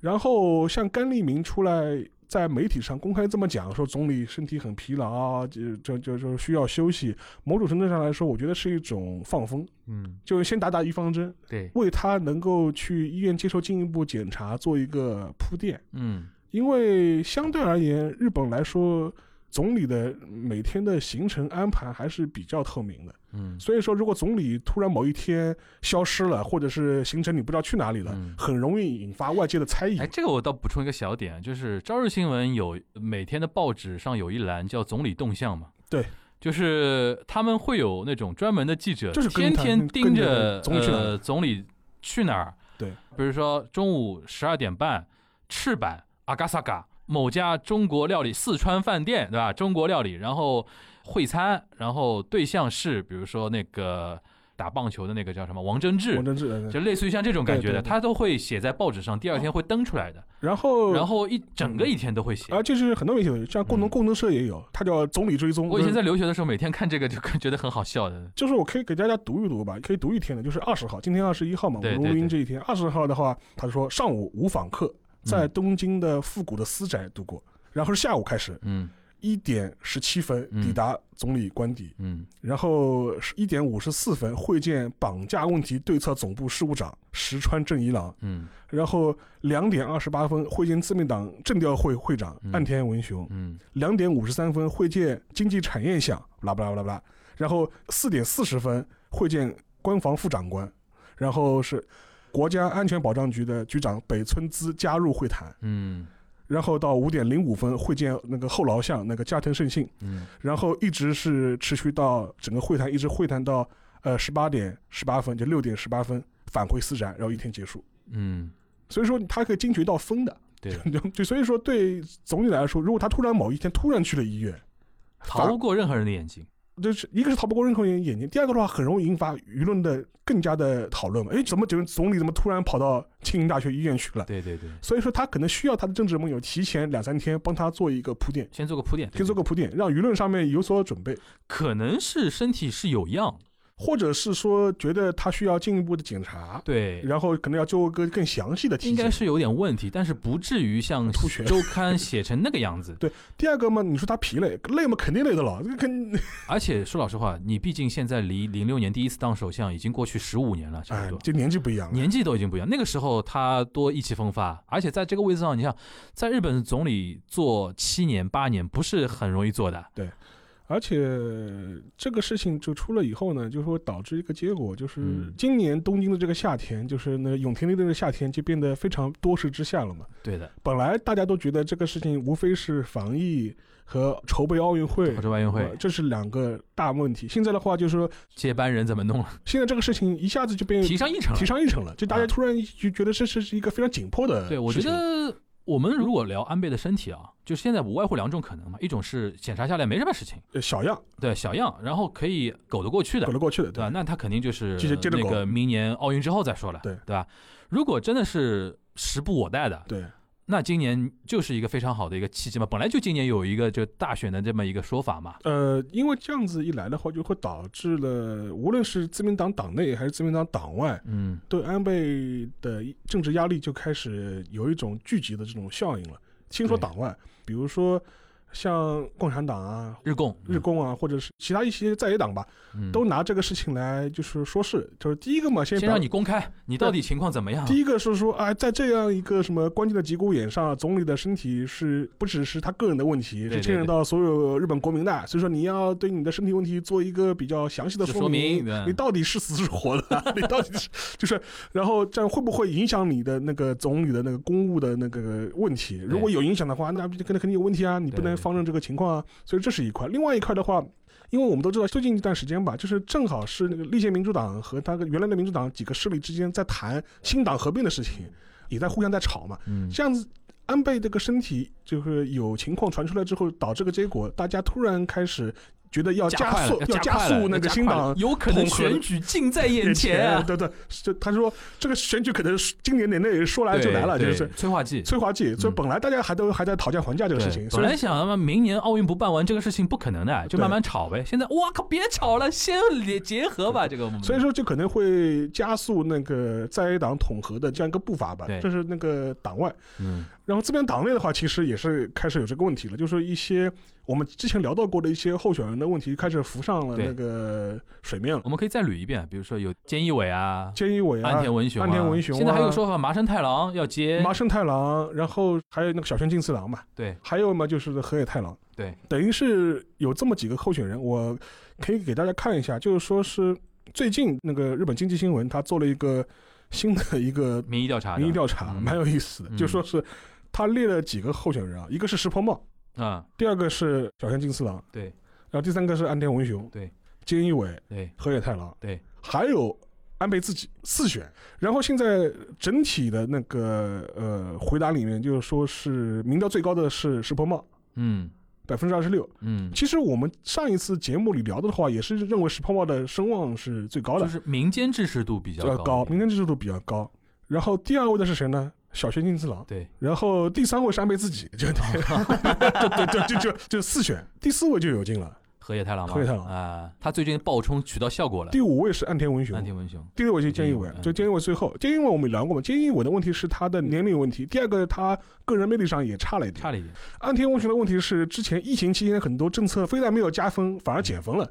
然后像甘利明出来在媒体上公开这么讲，说总理身体很疲劳，啊就就就就需要休息。某种程度上来说，我觉得是一种放风，嗯，就先打打预防针，对，为他能够去医院接受进一步检查做一个铺垫。嗯因为相对而言，日本来说，总理的每天的行程安排还是比较透明的。嗯所以说，如果总理突然某一天消失了，或者是行程你不知道去哪里了，嗯很容易引发外界的猜疑哎，。这个我倒补充一个小点，就是《朝日新闻》有每天的报纸上有一栏叫“总理动向”嘛。对，就是他们会有那种专门的记者，就是跟天他天跟盯跟着着总理去呃总理去哪儿哪儿。对，比如说中午十二点半，赤坂阿嘎萨嘎某家中国料理四川饭店，对吧？中国料理，然后会餐，然后对象是比如说那个打棒球的那个叫什么王贞治王。贞治，嗯就类似于像这种感觉的，对对对哦他都会写在报纸上，第二天会登出来的。然后，然后一整个一天都会写。啊，就是很多媒体有，像共同嗯共同社也有，它叫总理追踪。我以就是前在留学的时候，每天看这个就感觉得很好笑的。就是我可以给大家读一读吧，可以读一天的，就是二十号，今天二十一号嘛，我对们对录音对这一天，二十号的话，他说上 午无访客，在嗯东京的复古的私宅度过，然后是下午开始嗯一点十七分嗯抵达总理官邸，嗯然后一点五十四分会见绑架问题对策总部事务长石川正一郎，嗯然后两点二十八分会见自民党政调会会长嗯岸田文雄，嗯两点五十三分会见经济产业相，拉不拉不拉不拉，然后四点四十分会见官房副长官，然后是国家安全保障局的局长北村资加入会谈，嗯然后到五点零五分会见那个后劳相那个加藤胜信，嗯然后一直是持续到整个会谈一直会谈到呃十八点十八分，就六点十八分返回私宅，然后一天结束。嗯，所以说他可以精确到分的，呃对， 就所以说对总理来说，如果他突然某一天突然去了医院，逃不过任何人的眼睛。就是一个是逃不过任何人眼睛，第二个的话很容易引发舆论的更加的讨论嘛。哎，怎么总总理怎么突然跑到庆应大学医院去了？对对对，所以说他可能需要他的政治盟友提前两三天帮他做一个铺垫，先做个铺垫，先做个铺垫，让舆论上面有所准备，可能是身体是有恙，或者是说觉得他需要进一步的检查，对，然后可能要做个更详细的体应该检。是有点问题，但是不至于像吐血 周刊写成那个样子。第二个嘛，你说他疲累，累嘛肯定累的了，这个跟而且说老实话，你毕竟现在离零六年第一次当首相已经过去十五年了，差 哎不多，。这年纪不一样了。年纪都已经不一样，那个时候他多意气风发，而且在这个位置上，你像在日本总理做七年八年不是很容易做的，而且这个事情就出了以后呢，就说导致一个结果，就是嗯今年东京的这个夏天，就是那个永田的这个夏天就变得非常多事之夏了嘛。对的，本来大家都觉得这个事情无非是防疫和筹备奥运会或。者奥运呃会这是两个大问题。现在的话，就是说，接班人怎么弄了，现在这个事情一下子就变提上议程了嗯提。上议程了，就大家啊突然就觉得这是是一个非常紧迫的事情。对，我觉得我们如果聊安倍的身体啊，就是现在无外乎两种可能嘛，一种是检查下来没什么事情，呃小样对小样，然后可以苟得过去的搞，得过去的，对吧？那他肯定就是接着接着那苟个明年奥运之后再说了，对对吧？如果真的是时不我待的，对，那今年就是一个非常好的一个契机嘛。本来就今年有一个这个大选的这么一个说法嘛，呃，因为这样子一来的话，就会导致了无论是自民党党内还是自民党党外，嗯对安倍的政治压力就开始有一种聚集的这种效应了。先说对党外，比如说像共产党啊、日共日共啊，或者是其他一些在野党吧，嗯都拿这个事情来就是说事，就是第一个嘛，先先表让你啊公开你到底情况怎么样第。一个是说，哎，在这样一个什么关键的节骨眼上，总理的身体是不只是他个人的问题，对是牵扯对到所有日本国民的，所以说你要对你的身体问题做一个比较详细的是说说明，明对你到底是死是活的，你到底是 就是，然后这样会不会影响你的那个总理的那个公务的那个呃问题？如果有影响的话，那肯定肯定有问题啊，你不对能对放任这个情况啊，所以这是一块。另外一块的话。因为我们都知道，最近一段时间吧，就是正好是那个立宪民主党和他原来的民主党几个势力之间在谈新党合并的事情，也在互相在吵嘛。嗯，这样子，安倍这个身体就是有情况传出来之后，导致个结果，大家突然开始觉得要加快速了，要加快速了那个加新快了党有可能统合的选举近在眼前啊！对对，就他说这个选举可能是今年年内说来就来了，对就是对催化剂。催化剂。所以嗯本来大家还都还在讨价还价这个事情，对，所本以来想他妈明年奥运不办完这个事情不可能的，就慢慢吵呗。现在哇靠，别吵了，先结结合吧，这个。所以说就可能会加速那个在野党统合的这样一个步伐吧，对这是那个党外。嗯，然后这边党内的话，其实也是开始有这个问题了，就是一些我们之前聊到过的一些候选人的问题开始浮上了对那个水面了我，们可以再捋一遍，比如说有菅义伟啊，菅义伟安啊。田文雄啊，安田文雄啊现在还有说法，麻生太郎要接麻生太郎，然后还有那个小泉进次郎嘛，对还有嘛就是河野太郎，对，等于是有这么几个候选人，我可以给大家看一下，就是说是最近那个日本经济新闻，他做了一个新的一个民意调查的，民意调查，嗯蛮有意思的，嗯就说是他列了几个候选人啊，一个是石破茂，啊，第二个是小泉进次郎，对然后第三个是安田文雄，对，菅义伟、对，河野太郎，对，还有安倍自己四选。然后现在整体的那个呃回答里面，就是说是民调最高的是石破茂，嗯百分之二十六。嗯，其实我们上一次节目里聊的话，也是认为石破茂的声望是最高的就，是民间支持度比比较较高高，，民间支持度比较高。然后第二位的是谁呢？小泉进次郎。对，然 后第三位是安倍自己，就对对对，就就就四选，第四位就有劲了。河野太郎吗？河野太郎啊，他最近爆冲取到效果了。第五位是岸田文雄安，田文雄，第六位就是菅义菅伟义伟，嗯就菅义伟最后，菅义伟我们聊过嘛？菅义伟的问题是他的年龄问题，第二个他个人魅力上也差了一点。差了一点。岸田文雄的问题是之前疫情期间很多政策非但没有加分，反而减分了。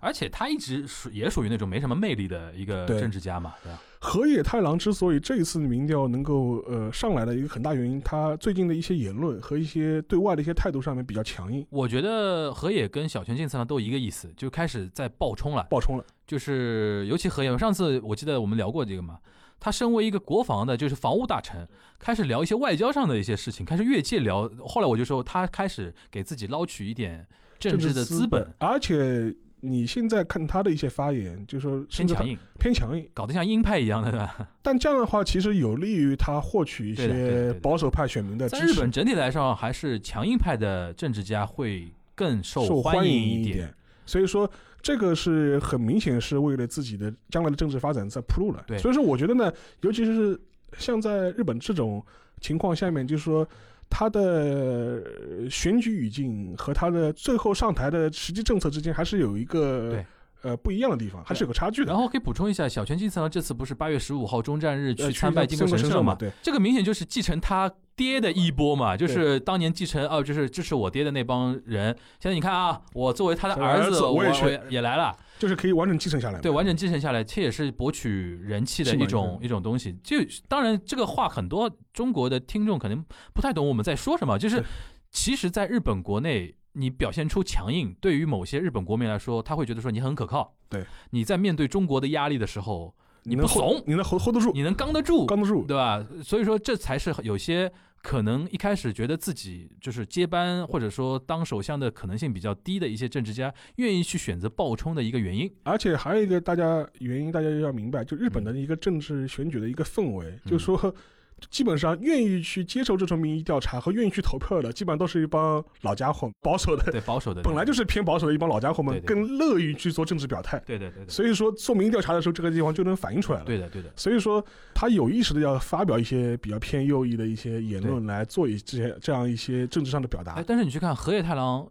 而且他一直属也属于那种没什么魅力的一个对政治家嘛，对吧？河野太郎之所以这一次的民调能够呃上来的一个很大原因，他最近的一些言论和一些对外的一些态度上面比较强硬，我觉得河野跟小泉进次郎都一个意思，就开始在爆冲了。爆冲了。就是尤其河野，上次我记得我们聊过这个嘛，他身为一个国防的，就是防务大臣，开始聊一些外交上的一些事情，开始越界聊。后来我就说，他开始给自己捞取一点政治的资本，，而且你现在看他的一些发言，就说偏甚至他强硬，偏强硬，搞得像鹰派一样的，对吧？但这样的话其实有利于他获取一对的对的对些的保守派选民的在支日持本，整体来说，还是强硬派的政治家会更受受欢迎一一点。点。所以说，这个是很明显是为了自己的将来的政治发展在铺路了。对所以说我觉得呢，尤其是像在日本这种情况下面，就是说他的呃选举语境和他的最后上台的实际政策之间，还是有一个对呃不一样的地方，还是有个差距的。然后可以补充一下，小泉进次郎这次不是八月十五号中战日呃去参拜靖国靖神社社嘛？对，这个明显就是继承他爹的衣钵嘛，就是当年继承哦、就是支持我爹的那帮人。现在你看啊，我作为他的儿儿子，子我我也去也也来了，就是可以完整继承下来嘛。对，完整继承下来，这也是博取人气的是一吗种一种东西。就当然，这个话很多中国的听众可能不太懂我们在说什么，就是对其实，在日本国内。你表现出强硬，对于某些日本国民来说，他会觉得说你很可靠。对，你在面对中国的压力的时候，你不能 hold- 怂你能 hold hold 得住，你能刚得住，刚得住。对吧？所以说这才是有些可能一开始觉得自己就是接班或者说当首相的可能性比较低的一些政治家，愿意去选择爆冲的一个原因。而且还有一个大家原因，大家要明白，就嗯日本的一个政治选举的一个氛围，就说基本上愿意去接受这种民意调查和愿意去投票的，基本上都是一帮老家伙，保守的，对保守的，本来就是偏保守的一帮老家伙对们对对更乐于去做政治表态。对对对对所以说做民意调查的时候，这个地方就能反映出来了。对的对的。所以说，他有意识的要发表一些比较偏右翼的一些言论，来做一这些这样一些政治上的表达哎，。但是你去看河野太郎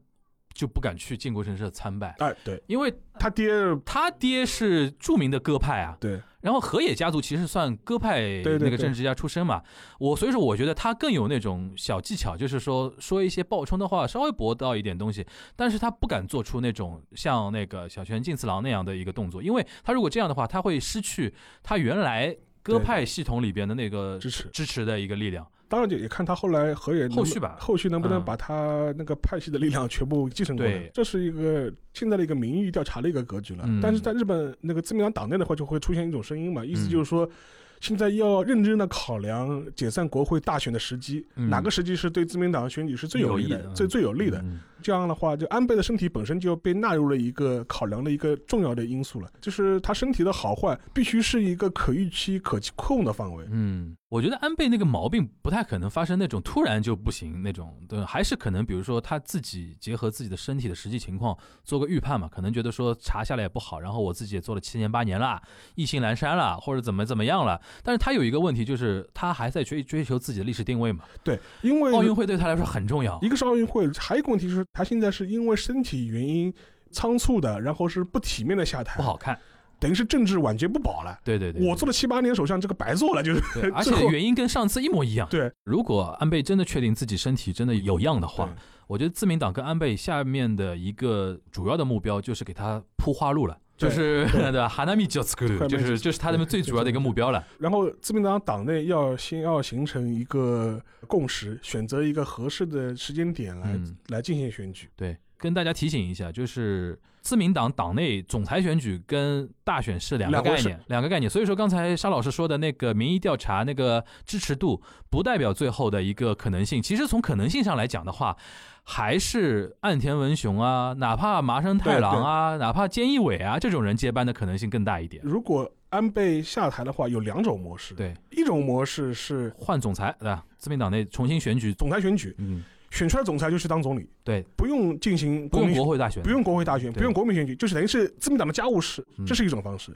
就不敢去靖国神社参拜，哎，对因为他爹，他爹是著名的鸽派啊。对然后河野家族其实算鸽派对那个对政治家出身嘛，我所以说我觉得他更有那种小技巧，就是说说一些爆冲的话，稍微博到一点东西，但是他不敢做出那种像那个小泉进次郎那样的一个动作，因为他如果这样的话，他会失去他原来鸽对的派系统里边的那个支持。支持的一个力量。当然就也看他后来河野能不后续吧后续能不能嗯把他那个派系的力量全部继承过来对，这是一个现在的一个民意调查的一个格局了嗯。但是在日本那个自民党党内的话，就会出现一种声音嘛，意思嗯就是说。现在要认真的考量解散国会大选的时机，嗯哪个时机是对自民党选举是最有利益的、的最嗯最有利的？嗯这样的话，就安倍的身体本身就被纳入了一个考量的一个重要的因素了，就是他身体的好坏必须是一个可预期、可控的范围。嗯，我觉得安倍那个毛病不太可能发生那种突然就不行那种，对，还是可能比如说他自己结合自己的身体的实际情况做个预判嘛，可能觉得说查下来也不好，然后我自己也做了七年八年啦，意兴阑珊啦，或者怎么怎么样了。但是他有一个问题就是他还在追追求自己的历史定位嘛，对，因为奥运会对他来说很重要。一个是奥运会，还有一个问题是，他现在是因为身体原因仓促的，然后是不体面的下台，不好，看，等于是政治晚节不保了。对对对，我做了七八年首相，这个白做了，就是对，而且最后原因跟上次一模一样。对，如果安倍真的确定自己身体真的有恙的 话对，我觉得自民党跟安倍下面的一个主要的目标就是给他铺花路了。就对是 对吧？哈纳米就快就慢是就这是他们对最主要的一个目标了。然后自民党党内要先要形成一个共识，选择一个合适的时间点来、嗯来进行选举。对，跟大家提醒一下，就是自民党党内总裁选举跟大选是两个两回概事念，两个概念。所以说，刚才沙老师说的那个民意调查那个支持度，不代表最后的一个可能性。其实从可能性上来讲的话，还是岸田文雄啊，哪怕麻生太郎啊，哪怕菅义伟啊这种人接班的可能性更大一点。如果安倍下台的话，有两种模式，对，一种模式是换总裁对吧？自民党内重新选举，总裁选举，嗯，选出来总裁就去当总理，对，不用进行不公用民国会大选，不用国会大选，对不用国民选举，就是等于是自民党的家务事嗯，这是一种方式。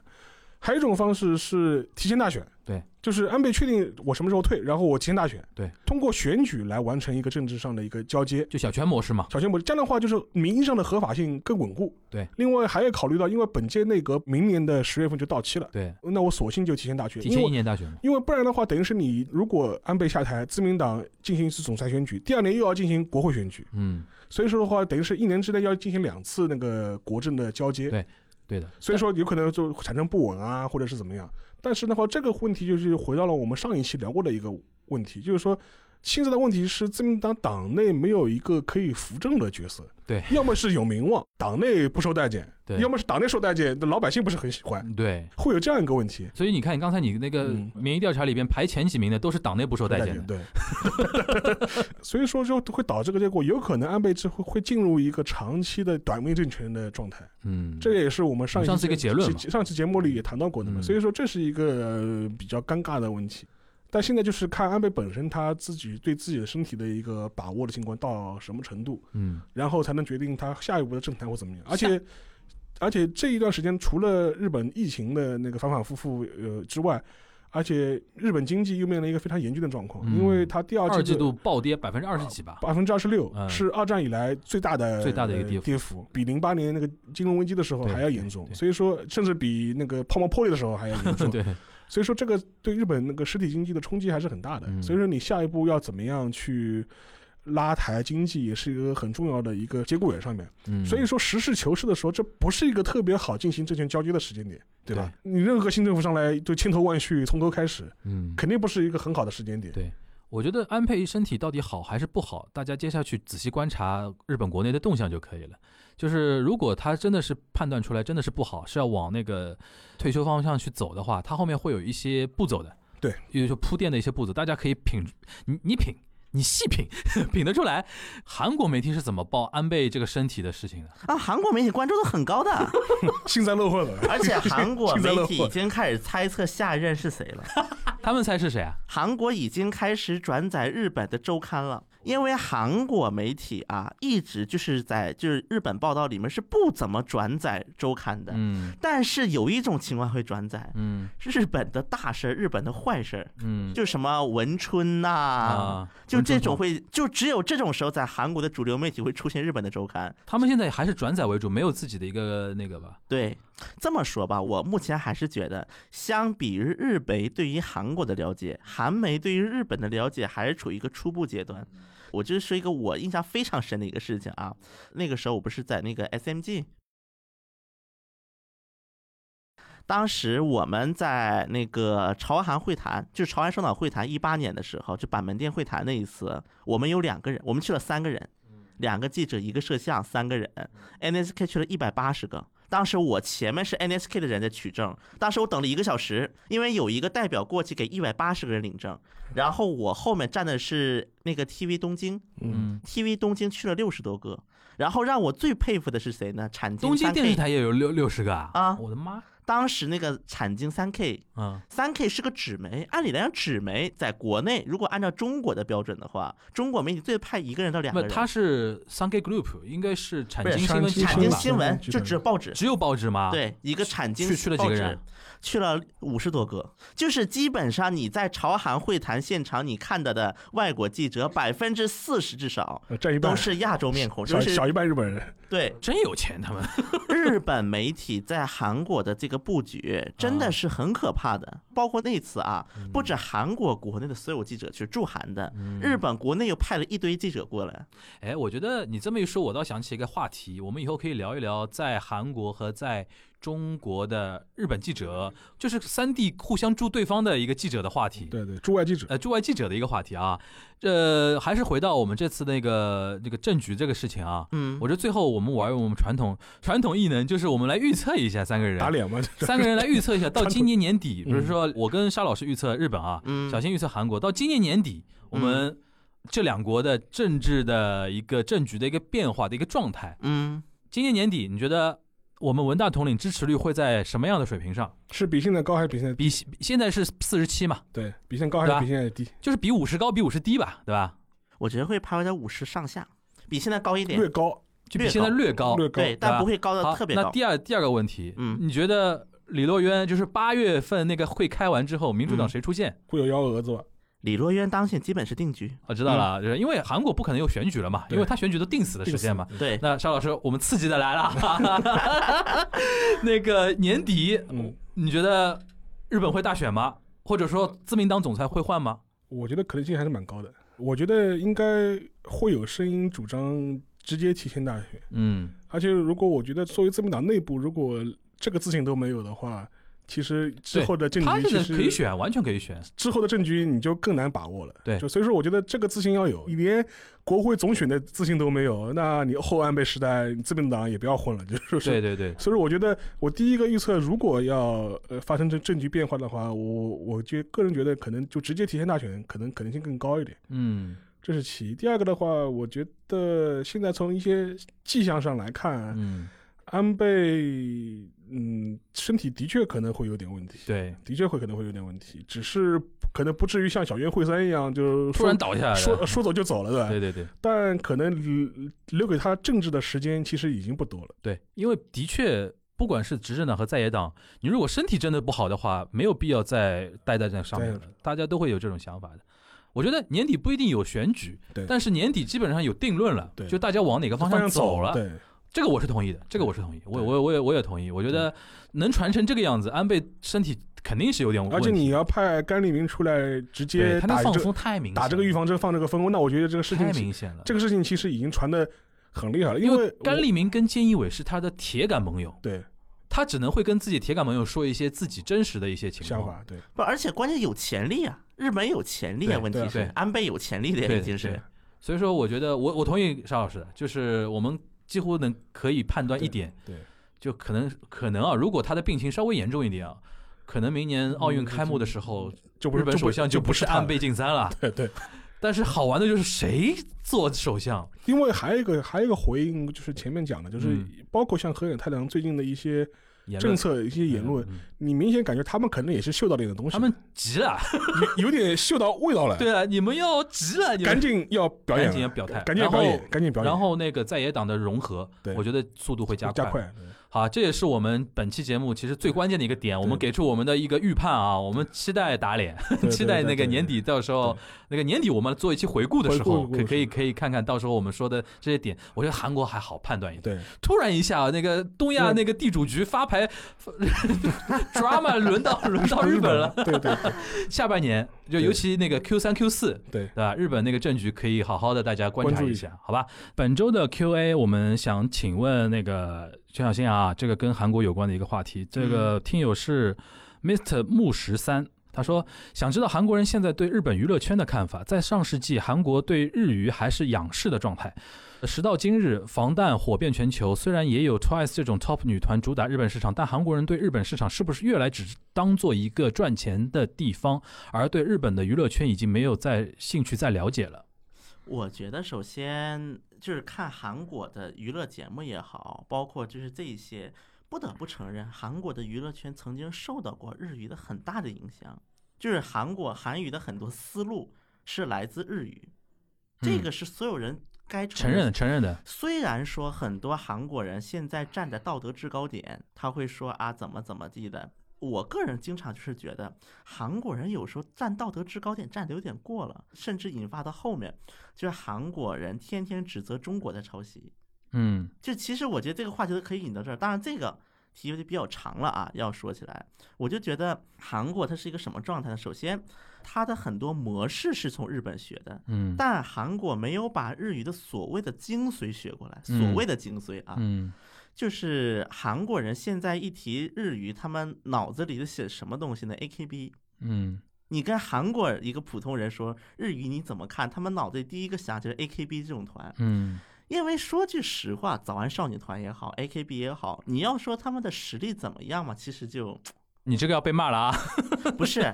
还有一种方式是提前大选，对，就是安倍确定我什么时候退，然后我提前大选，对，通过选举来完成一个政治上的一个交接。就小泉模式嘛，小圈模式这样的话，就是名义上的合法性更稳固。对，另外还要考虑到，因为本届内阁明年的十月份就到期了，对，那我索性就提前大选，提因前为一年大选嘛，因为不然的话，等于是你如果安倍下台，自民党进行一次总裁选举，第二年又要进行国会选举，嗯，所以说的话，等于是一年之内要进行两次那个国政的交接对，对的，所以说有可能就产生不稳啊，或者是怎么样。但是的话，这个问题就是回到了我们上一期聊过的一个问题，就是说。现在的问题是，自民党党内没有一个可以扶正的角色，对，要么是有名望，党内不受待见，对要么是党内受待见，那老百姓不是很喜欢，对。会有这样一个问题。所以你看，刚才你那个嗯民意调查里边排前几名的都是党内不受待见的，对， 所以说就会导致这个结果，有可能安倍之后会进入一个长期的短命政权的状态，嗯，这也是我们上一上次一个结论嘛上上次节目里也谈到过的嘛，嗯所以说这是一个、呃比较尴尬的问题。但现在就是看安倍本身他自己对自己的身体的一个把握的情况到什么程度，嗯，然后才能决定他下一步的政坛会怎么样。而且，而且这一段时间除了日本疫情的那个反反复复呃之外，而且日本经济又面临一个非常严峻的状况，嗯因为它第二二季季度度暴跌百分之二十几吧，百分之二十六啊嗯是二战以来最大的最大的一个呃跌跌幅比零八年那个金融危机的时候对还要严重对，对所以说甚至比那个泡沫破裂的时候还要严 重。对，所以说这个对日本那个实体经济的冲击还是很大的。嗯所以说你下一步要怎么样去拉抬经济，也是一个很重要的一个节骨眼上面。嗯，所以说实事求是的说，这不是一个特别好进行政权交接的时间点，对吧？你任何新政府上来就千头万绪，从头开始，嗯，肯定不是一个很好的时间点。对，我觉得安倍身体到底好还是不好，大家接下去仔细观察日本国内的动向就可以了。就是如果他真的是判断出来真的是不好，是要往那个退休方向去走的话，他后面会有一些步骤的，对，也就是铺垫的一些步骤，大家可以品，你你品。你细品， 品得出来，韩国媒体是怎么报安倍这个身体的事情的？啊，韩国媒体关注度很 高的，幸灾乐祸了，而且韩国幸灾乐媒体已祸。经开始猜测下一任是谁了。他们猜是谁啊？韩国已经开始转载日本的周刊了，因为韩国媒体啊，一直就是在就是日本报道里面是不怎么转载周刊的。嗯但是有一种情况会转载，嗯日本的大事儿、日本的坏事儿，嗯就什么文春呐、啊，就这种会，会，就只有这种时候，在韩国的主流媒体会出现日本的周刊。他们现在还是转载为主，没有自己的一个那个吧？对，这么说吧，我目前还是觉得，相比于日媒对于韩国的了解，韩媒对于日本的了解还是处于一个初步阶段。我就是说一个我印象非常深的一个事情啊，那个时候我不是在那个 SMG。当时我们在那个朝韩会谈，就是朝韩首脑会谈一八年的时候，就板门店会谈那一次，我们有两个人，我们去了三个人，两个记者，一个摄像，三个人，NSK 去了一百八十个。当时我前面是 NSK 的人在取证，当时我等了一个小时，因为有一个代表过去给一百八十个人领证，然后我后面站的是那个 TV 东京嗯， ，TV 东京去了六十多个，然后让我最佩服的是谁呢？产经东京三电视 K，台也有六六十个啊！啊我的妈！当时那个产经三 K 嗯，三 K 是个纸媒，按理来讲，纸媒在国内如果按照中国的标准的话，中国媒体最派一个人到两不个，人。它是三 K Group，应该是产不经是新闻集产团经吧？新闻基就本只有报纸，只有报纸吗？，对，一个产经啊去去了几报个纸人啊？去了五十多个，就是基本上你在朝韩会谈现场你看到的外国记者，百分之四十至少呃占一半都，是亚洲面孔，少就是少一半日本人。 对真有钱他们。日本媒体在韩国的这个布局真啊的是很可怕的。包括那次啊， 不嗯止韩国国内的所有记者去驻韩的，日本国内又派了一堆记者过来。哎，我觉得你这么一说，我倒想起一个话题，我们以后可以聊一聊在韩国和在中国的日本记者，就是三地互相驻对方的一个记者的话题。对对，驻外记者，呃，驻外记者的一个话题啊，呃，还是回到我们这次那个那个政局这个事情啊。嗯，我觉得最后我们玩我们传统传统异能，就是我们来预测一下三个人打脸嘛，三个人来预测一下，到传统今年年底，比如说我跟沙老师预测日本啊，嗯小新预测韩国，到今年年底，我们这两国的政治的一个政局的一个变化的一个状态，嗯，今年年底你觉得我们文大统领支持率会在什么样的水平上？是比现在高还是比现在低？比现现在是四十七嘛，对比现在高还对是啊吧比现在低？就是比五十高，比五十低吧，对吧？我觉得会徘徊在五十上下，比现在高一点略。高，就比现在略高。略高。对对，吧但不会高好的特别那高。第二第二个问题，嗯你觉得李洛渊就是八月份那个会开完之后，民主党嗯谁出现？会有幺蛾子吧？李若渊当选基本是定局。我知道了嗯啊，就是因为韩国不可能有选举了嘛，对因为他选举都定死的时间嘛。对，那邵老师，我们刺激的来了， 那个年底，嗯，你觉得日本会大选吗？或者说自民党总裁会换吗？我觉得可能性还是蛮高的。我觉得应该会有声音主张直接提前大选，嗯，而且如果我觉得作为自民党内部，如果这个自信都没有的话，其实之后的嗯政他局现其在可以实选，完全可以选。之后的政局你就更难把握了。对就所以说我觉得这个自信要有，你连国会总选的自信都没有，那你后安倍时代你自民党也不要混了， 就是说对对对，所以我觉得，我第一个预测，如果要呃发生这政局变化的话，我我觉个人觉得可能就直接提前大选，可能可能性更高一点，嗯这是其一。第二个的话，我觉得现在从一些迹象上来看，嗯，安倍嗯身体的确可能会有点问题，对，的确会可能会有点问题，只是可能不至于像小渊惠三一样就突然倒下来说了说。说走就走了，对吧？对对对但可能留留给他政治的时间其实已经不多了，对，因为的确，不管是执政党和在野党，你如果身体真的不好的话，没有必要再待在那上面了对，大家都会有这种想法的。我觉得年底不一定有选举对，但是年底基本上有定论了对，就大家往哪个方向走了。对。这个我是同意的，这个我是同意，我我我也我也同意。我觉得能传成这个样子，安倍身体肯定是有点问题，而且你要派甘利明出来对直接他那打放一针松太明显了，打这个预防针放这个蜂窝，那我觉得这个事太情明显了。这个事情其实已经传的很厉害了，因为甘我利明跟菅义伟是他的铁杆盟友，对他只能会跟自己铁杆盟友说一些自己真实的一些情想况。法对不，而且关键有潜力啊，日本有潜力对啊，问对题啊是对安倍有潜力的呀对已经对是，所以说，我觉得我我同意沙老师的，就是我们几乎能可以判断一点，对就可能可能啊，如果他的病情稍微严重一点啊，可能明年奥运开幕的时候，嗯就不日是本就不首相就不是他 安倍晋三了。了，对对，但是好玩的就是谁做首相，因为还有一个还有一个回应就是前面讲的，就是嗯包括像河野太郎最近的一些言论政策一些言论，，嗯你明显感觉他们可能也是嗅到了一点东西，他们急了， 有有点嗅到味道了，对啊，你们要急了，你们赶紧要表演赶紧要了，表态，赶紧要然后表演，赶紧表演，然后那个在野党的融合对，我觉得速度会加加快。快，好，这也是我们本期节目其实最关键的一个点，我们给出我们的一个预判啊，我们期待打脸，对期待那个年。对对对对底到时候那个年底我们做一期回顾的时候，回可以顾可以回顾可以看看到时候我们说的这些点，我觉得韩国还好判断一点。对，突然一下，啊那个东亚那个地主局发牌 drama 轮到轮到日本了，，对对对下半年就对尤其那个 Q 三 Q 四，对对吧？日本那个政局可以好好的大家观察关注一一下，好吧？本周的 Q&A 我们想请问那个全小新啊，这个跟韩国有关的一个话题，这个嗯听友是 Mr 木十三。他说：“想知道韩国人现在对日本娱乐圈的看法。在上世纪，韩国对日娱还是仰视的状态。时到今日，防弹火遍全球。虽然也有 Twice 这种 top 女团主打日本市场，但韩国人对日本市场是不是越来只当做一个赚钱的地方，而对日本的娱乐圈已经没有再兴趣再了解了？我觉得首先就是看韩国的娱乐节目也好，包括就是这一些，不得不承认，韩国的娱乐圈曾经受到过日语的很大的影响，就是韩国韩语的很多思路是来自日语，这嗯个是所有人该承认的认，承认的，虽然说很多韩国人现在站在道德制高点，他会说啊怎么怎么地的，我个人经常就是觉得韩国人有时候站道德制高点站的有点过了，甚至引发到后面就是韩国人天天指责中国在抄袭。嗯就其实我觉得这个话题可以引到这儿，当然这个题就比较长了啊，要说起来，我就觉得韩国它是一个什么状态呢？首先，它的很多模式是从日本学的，嗯但韩国没有把日语的所谓的精髓学过来，嗯所谓的精髓啊，嗯就是韩国人现在一提日语，他们脑子里都写什么东西呢？AKB。嗯你跟韩国一个普通人说日语你怎么看？他们脑子里第一个想就是 AKB 这种团，嗯因为说句实话，早安少女团也好，AKB 也好，你要说他们的实力怎么样嘛，其实就你这个要被骂了啊！不是，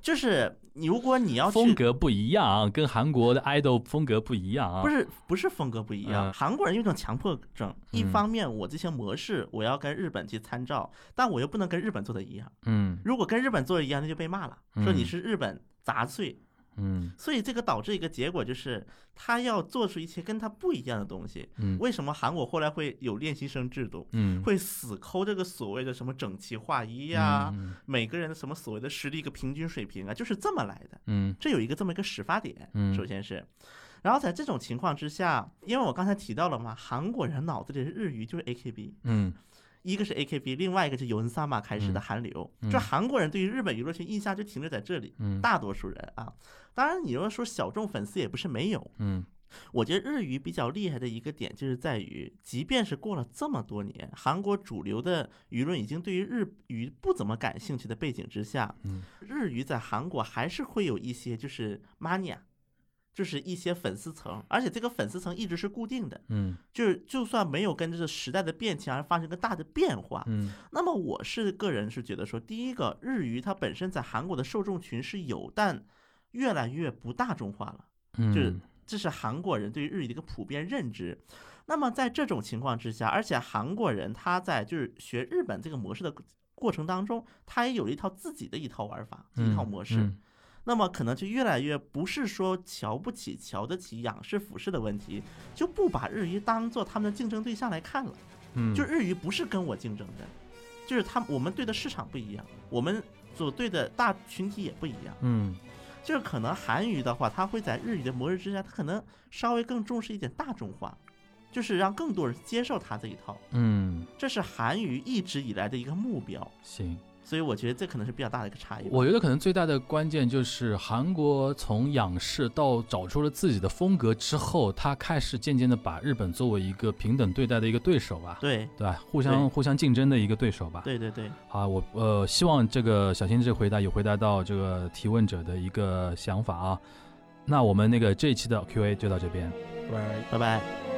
就是你如果你要去风格不一样，跟韩国的 idol 风格不一样啊。不，是不是风格不一样，嗯韩国人有一种强迫症，一嗯方面我这些模式我要跟日本去参照，但我又不能跟日本做的一样，嗯如果跟日本做的一样，那就被骂了，说你嗯是日本杂碎，嗯所以这个导致一个结果就是，他要做出一些跟他不一样的东西。嗯为什么韩国后来会有练习生制度？嗯，会死抠这个所谓的什么整齐划一呀、嗯每个人的什么所谓的实力一个平均水平啊，就是这么来的。嗯这有一个这么一个始发点，嗯首先是，然后在这种情况之下，因为我刚才提到了嘛，韩国人脑子里的日语就是 A K B，嗯一个是 A K B，另外一个是由恩萨玛开始的嗯韩流，嗯就韩国人对于日本娱乐圈印象就停留在这里，嗯大多数人啊，当然你要说小众粉丝也不是没有，嗯我觉得日语比较厉害的一个点就是在于，即便是过了这么多年，韩国主流的舆论已经对于日语不怎么感兴趣的背景之下，嗯日语在韩国还是会有一些就是 mania，就是一些粉丝层，而且这个粉丝层一直是固定的，嗯就是就算没有跟这个时代的变迁而发生个大的变化，嗯那么我是个人是觉得说，第一个日语它本身在韩国的受众群是有，但越来越不大众化了。嗯，就是这是韩国人对于日语的一个普遍认知。那么在这种情况之下，而且韩国人他在就是学日本这个模式的过程当中，他也有了一套自己的一套玩法，一套模式。嗯那么可能就越来越不是说瞧不起、瞧得起、仰视、俯视的问题，就不把日语当做他们的竞争对象来看了。嗯，就日语不是跟我竞争的，就是他我们对的市场不一样，我们所对的大群体也不一样。嗯就是可能韩语的话，它会在日语的模式之下，它可能稍微更重视一点大众化，就是让更多人接受它这一套，嗯这是韩语一直以来的一个目标。行。所以我觉得这可能是比较大的一个差异吧。我觉得可能最大的关键就是韩国从仰视到找出了自己的风格之后，他开始渐渐的把日本作为一个平等对待的一个对手吧，对对吧？互相对互相竞争的一个对手吧。对对对，好，我呃希望这个小新这个回答有回答到这个提问者的一个想法啊。那我们那个这一期的 Q&A 就到这边。拜拜。拜拜。